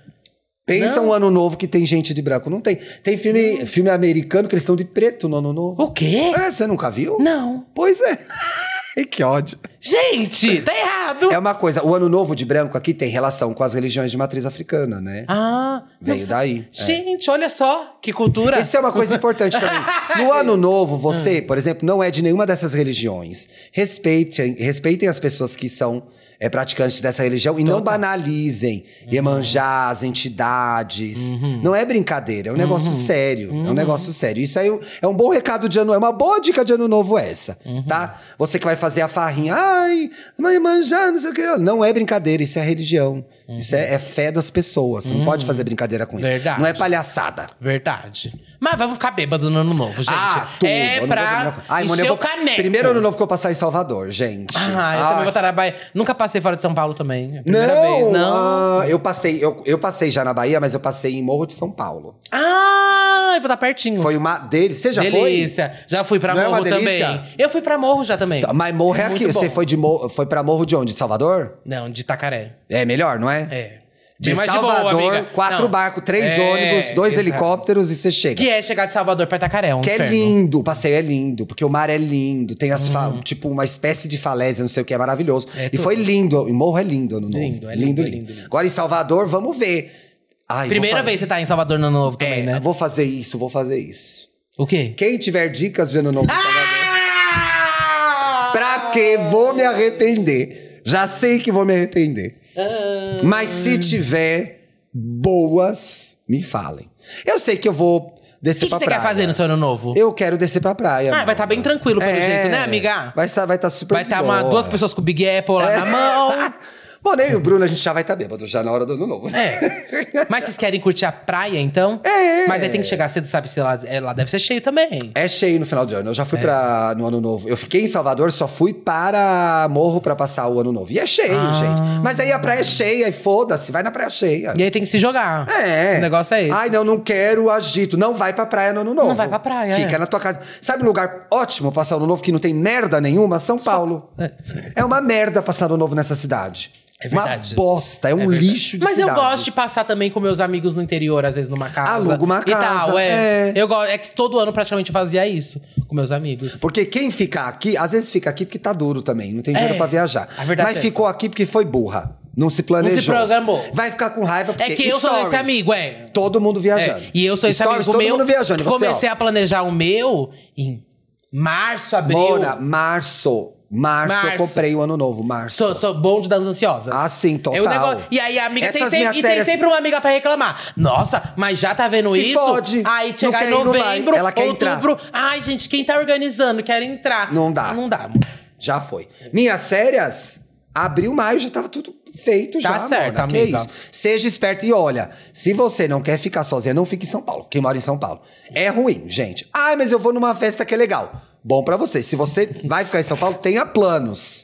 S3: Pensa
S1: Não.
S3: um ano novo que tem gente de branco. Não tem. Tem filme, filme americano que eles estão de preto no ano novo.
S1: O quê?
S3: É, você nunca viu?
S1: Não.
S3: Pois é. Ai, que ódio.
S1: Gente, tá errado.
S3: É uma coisa, o ano novo de branco aqui tem relação com as religiões de matriz africana, né?
S1: Ah,
S3: Veio
S1: não sabe-
S3: daí, é.
S1: Gente, olha só que cultura. Hum.
S3: Essa é uma coisa importante também. No ano novo, você, por exemplo, não é de nenhuma dessas religiões. Respeitem, respeitem as pessoas que são é, praticantes dessa religião e não banalizem
S1: Uhum.
S3: Iemanjá, as entidades. Não é brincadeira, é um negócio
S1: Uhum.
S3: sério. É um negócio sério. Isso aí é um- é um bom recado de ano, é uma boa dica de ano novo essa,
S1: Uhum.
S3: tá? Você que vai fazer a farrinha, ai, mãe Iemanjá, não sei o que. Não é brincadeira, isso é religião. Isso é, é fé das pessoas. Você não pode fazer brincadeira com isso.
S1: Uhum. Verdade.
S3: Não é palhaçada.
S1: Verdade. Mas vamos ficar bêbado no ano novo, gente.
S3: Ah, tudo.
S1: É
S3: Ano
S1: pra
S3: novo, Ai, mano,
S1: encher
S3: eu
S1: o
S3: vou...
S1: caneco.
S3: Primeiro ano novo que eu passar em Salvador, gente.
S1: Ah, eu
S3: Ai.
S1: também vou estar na Bahia. Nunca passei fora de São Paulo também. É a primeira
S3: Não,
S1: vez, não.
S3: ah, eu passei, eu, eu passei já na Bahia, mas eu passei em Morro de São Paulo.
S1: Ah, eu vou estar pertinho.
S3: Foi uma dele. Você já foi?
S1: delícia. Já fui pra
S3: Não é uma
S1: Morro também.
S3: delícia?
S1: Eu fui pra Morro já também.
S3: Tá, Mas Morro é
S1: Muito
S3: aqui.
S1: bom.
S3: Você foi de Morro, foi para Morro de onde? De Salvador?
S1: Não, de Itacaré.
S3: É melhor, não é?
S1: É.
S3: De
S1: Bem mais boa,
S3: Salvador,
S1: amiga.
S3: quatro
S1: Não.
S3: barcos, três
S1: É,
S3: ônibus, dois
S1: exato.
S3: helicópteros e você chega.
S1: Que é chegar de Salvador pra Itacaré, é um
S3: Que é
S1: inferno.
S3: lindo, o passeio é lindo, porque o mar é lindo, tem as fa- tipo uma espécie de falésia, não sei o que, é maravilhoso.
S1: Uhum. É
S3: e
S1: tudo.
S3: foi lindo, o morro é lindo ano novo.
S1: Lindo, é lindo, é lindo, lindo.
S3: Agora em Salvador, vamos ver. Ai, vou
S1: Primeira
S3: fa-
S1: vez que você tá em Salvador no ano novo
S3: É,
S1: também, né?
S3: Vou fazer isso, vou fazer isso.
S1: O quê?
S3: Quem tiver dicas de ano novo, em Salvador,
S1: Ah!
S3: pra que vou me arrepender? Já sei que vou me arrepender.
S1: Ah.
S3: Mas se tiver boas, me falem. Eu sei que eu vou
S1: O
S3: descer
S1: que, que
S3: pra
S1: você
S3: praia.
S1: quer fazer no seu ano novo?
S3: Eu quero descer pra praia.
S1: Ah,
S3: mano.
S1: vai tá bem tranquilo pelo jeito, né, amiga?
S3: É, Vai estar vai tá super
S1: Vai
S3: de
S1: estar uma,
S3: boa. É.
S1: duas pessoas com o Big Apple lá na mão.
S3: Bom, nem o Bruno a gente já vai estar bêbado, já na hora do ano novo.
S1: É. Mas vocês querem curtir a praia, então? É. Mas aí tem que chegar cedo, sabe? Se lá, é, lá deve ser cheio também.
S3: É cheio no final de ano. Eu já
S1: É.
S3: fui pra no ano novo. Eu fiquei em Salvador, só fui para Morro pra passar o ano novo. E é cheio,
S1: Ah.
S3: gente. Mas aí a praia é cheia e foda-se, vai na praia cheia.
S1: E aí tem que se jogar.
S3: É.
S1: O negócio é esse.
S3: Ai, não, não quero agito. Não vai pra praia no ano novo.
S1: vai pra praia,
S3: Fica
S1: é.
S3: na tua casa. Sabe um lugar ótimo pra passar ano novo que não tem merda nenhuma? São Paulo. É uma merda passar ano novo nessa cidade.
S1: É verdade.
S3: Uma bosta, é um
S1: verdade.
S3: lixo de
S1: Mas eu
S3: cidade.
S1: gosto de passar também com meus amigos no interior, às vezes numa casa.
S3: Aluga uma
S1: E tal,
S3: casa,
S1: é.
S3: é.
S1: Eu gosto. É que todo ano praticamente eu fazia isso com meus amigos.
S3: Porque quem fica aqui, às vezes fica aqui porque tá duro também, não tem dinheiro
S1: É,
S3: pra viajar.
S1: a verdade
S3: Mas
S1: é
S3: ficou aqui porque foi burra. Não se planejou.
S1: Não se programou.
S3: Vai ficar com raiva porque
S1: É que eu sou esse
S3: stories,
S1: amigo, é.
S3: Todo mundo tá viajando.
S1: É, E eu sou esse
S3: Stories,
S1: amigo
S3: todo
S1: meu.
S3: mundo viajando. E você,
S1: comecei
S3: ó,
S1: a planejar o meu em março, abril.
S3: Mona, março. Março,
S1: Março.
S3: eu comprei o ano novo, março.
S1: Sou, sou bonde das ansiosas.
S3: Ah, sim, total.
S1: É o negócio- E aí a amiga tem
S3: Essas
S1: sempre,
S3: minhas
S1: e tem
S3: séries-
S1: sempre uma amiga pra reclamar. Nossa, mas já tá vendo
S3: Se
S1: isso?
S3: fode.
S1: Aí
S3: Não
S1: chegar
S3: quer
S1: em
S3: ir, não vai.
S1: novembro,
S3: Ela quer entrar.
S1: outubro. Ai, gente, quem tá organizando quer entrar.
S3: Não dá.
S1: Não dá.
S3: Já foi. Minhas férias, abril, maio, já tava tudo feito
S1: Tá
S3: já,
S1: certo,
S3: Mona, que
S1: amiga.
S3: isso. Seja esperto e olha, se você não quer ficar sozinha, não fique em São Paulo. Quem mora em São Paulo. É ruim, gente. Ai, mas eu vou numa festa que é legal. Bom pra você. Se você vai ficar em São Paulo, tenha planos.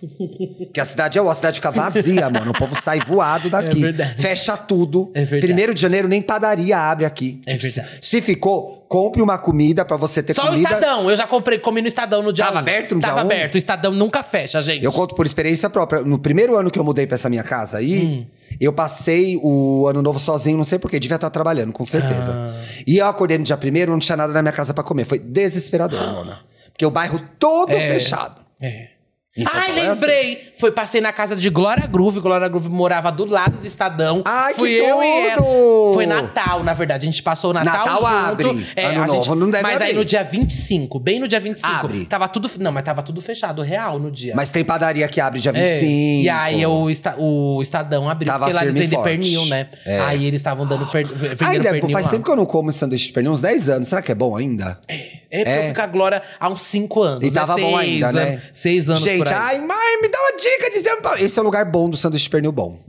S3: Que a cidade é ó, a cidade fica vazia, mano. O povo sai voado daqui.
S1: É verdade.
S3: Fecha tudo.
S1: É verdade.
S3: Primeiro de janeiro nem padaria abre aqui. Tipo,
S1: É verdade.
S3: Se ficou, compre uma comida pra você ter
S1: Só o
S3: comida.
S1: Estadão. Eu já comprei, comi no Estadão no dia
S3: Tava
S1: um.
S3: aberto no dia
S1: Tava
S3: um?
S1: aberto. O Estadão nunca fecha, gente.
S3: Eu conto por experiência própria. No primeiro ano que eu mudei pra essa minha casa aí,
S1: Hum.
S3: eu passei o ano novo sozinho, não sei porquê, devia estar trabalhando, com certeza.
S1: Ah.
S3: E eu acordei no dia primeiro, não tinha nada na minha casa pra comer. Foi desesperador,
S1: Ah.
S3: Mona. Porque o bairro todo fechado.
S1: É.
S3: Em São
S1: Ai,
S3: Paulo é
S1: lembrei! Foi, passei na casa de Glória Groove. Glória Groove morava do lado do Estadão.
S3: Ai, que
S1: Fui eu e ela.
S3: tudo!
S1: Foi Natal, na verdade. A gente passou o Natal.
S3: Natal
S1: junto.
S3: abre.
S1: É,
S3: Ano
S1: a gente-
S3: novo não deve
S1: Mas aí
S3: abrir.
S1: no dia 25, bem no dia 25.
S3: Abre.
S1: Tava tudo. Não, mas tava tudo fechado, real no dia.
S3: Mas tem padaria que abre dia
S1: É.
S3: 25.
S1: E aí o, esta- o Estadão abriu,
S3: Tava
S1: porque lá eles
S3: firme e
S1: vendem
S3: forte.
S1: pernil, né? Aí eles estavam dando per... vendendo
S3: Ainda
S1: pernil
S3: faz
S1: lá.
S3: tempo que eu não como esse sanduíche de pernil, uns 10 anos. Será que é bom ainda?
S1: É, porque eu fico com a Glória há uns 5 anos.
S3: E
S1: né?
S3: tava bom
S1: Seis
S3: ainda,
S1: anos-
S3: né?
S1: Seis anos
S3: Gente,
S1: por aí.
S3: ai, mãe, me dá uma dica de tempo. Esse é o lugar bom do sanduíche de pernil bom.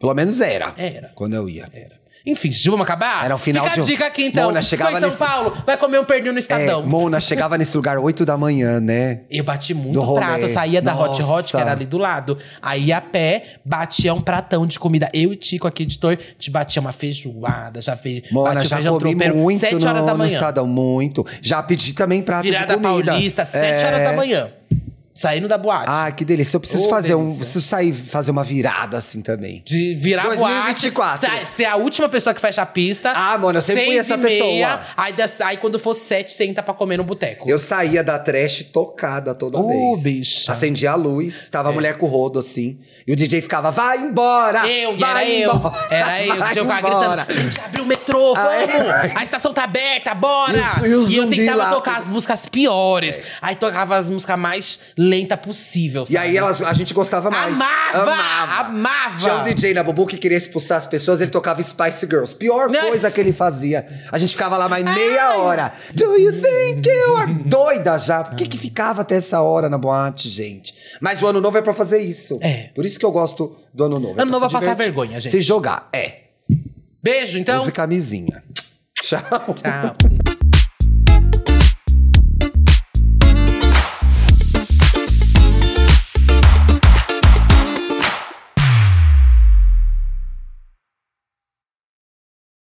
S3: Pelo menos era.
S1: Era.
S3: Quando eu ia.
S1: Era. Enfim, gente, vamos acabar?
S3: Era o final
S1: Fica
S3: de um-
S1: a dica aqui, então.
S3: Mona, chegava
S1: Foi em São
S3: nesse-
S1: Paulo, vai comer um pernil no
S3: É,
S1: Estadão.
S3: Mona chegava nesse lugar 8 da manhã, né?
S1: Eu bati muito
S3: Do rolê.
S1: prato, eu saía da Hot Hot, que
S3: Nossa.
S1: era ali do lado. Aí ia a pé, batia um pratão de comida. Eu e Tico, aqui editor, te batia uma feijoada, já fez.
S3: Mona,
S1: batia
S3: já comi muito
S1: sete horas
S3: no,
S1: da
S3: no
S1: manhã.
S3: Estadão, muito. Já pedi também prato
S1: Virada
S3: de comida.
S1: paulista, sete
S3: É.
S1: horas da manhã. Saindo da boate.
S3: Ah, que delícia. Eu preciso
S1: Ô,
S3: fazer um.
S1: delícia.
S3: Preciso sair fazer uma virada assim também.
S1: De virar
S3: 2024.
S1: boate, sa- ser a última pessoa que fecha a pista.
S3: Ah, mano, eu sempre fui
S1: seis
S3: essa
S1: e meia,
S3: pessoa.
S1: Aí, das- aí quando for sete, senta pra comer no boteco.
S3: Eu saía da trash tocada toda
S1: Ô,
S3: vez.
S1: bicha. É.
S3: Acendia a luz, tava a mulher com o rodo assim. E o DJ ficava, vai embora!
S1: Eu, e era
S3: vai
S1: eu.
S3: embora,
S1: Era eu.
S3: vai
S1: Tinha eu ficava
S3: embora."
S1: gritando, gente, abriu o metrô,
S3: Ah, é?
S1: vamos! A estação tá aberta, bora!
S3: E os- e os
S1: eu
S3: zumbi
S1: tentava
S3: lá. É.
S1: tocar as músicas piores. Aí tocava as músicas mais lenta possível,
S3: E
S1: sabe?
S3: aí elas, a gente gostava mais.
S1: Amava, amava.
S3: Tinha um DJ na Bubu que queria expulsar as pessoas, ele tocava Spice Girls. Pior
S1: Né?
S3: coisa que ele fazia. A gente ficava lá mais meia hora. Do you think you are doida já? Por que, que ficava até essa hora na boate, gente? Mas o ano novo é pra fazer isso.
S1: É.
S3: Por isso que eu gosto do ano novo.
S1: Ano
S3: pra
S1: novo
S3: se
S1: é passar
S3: divertir.
S1: vergonha, gente.
S3: Se jogar, é.
S1: Beijo, então.
S3: Use camisinha. Tchau.
S1: Tchau.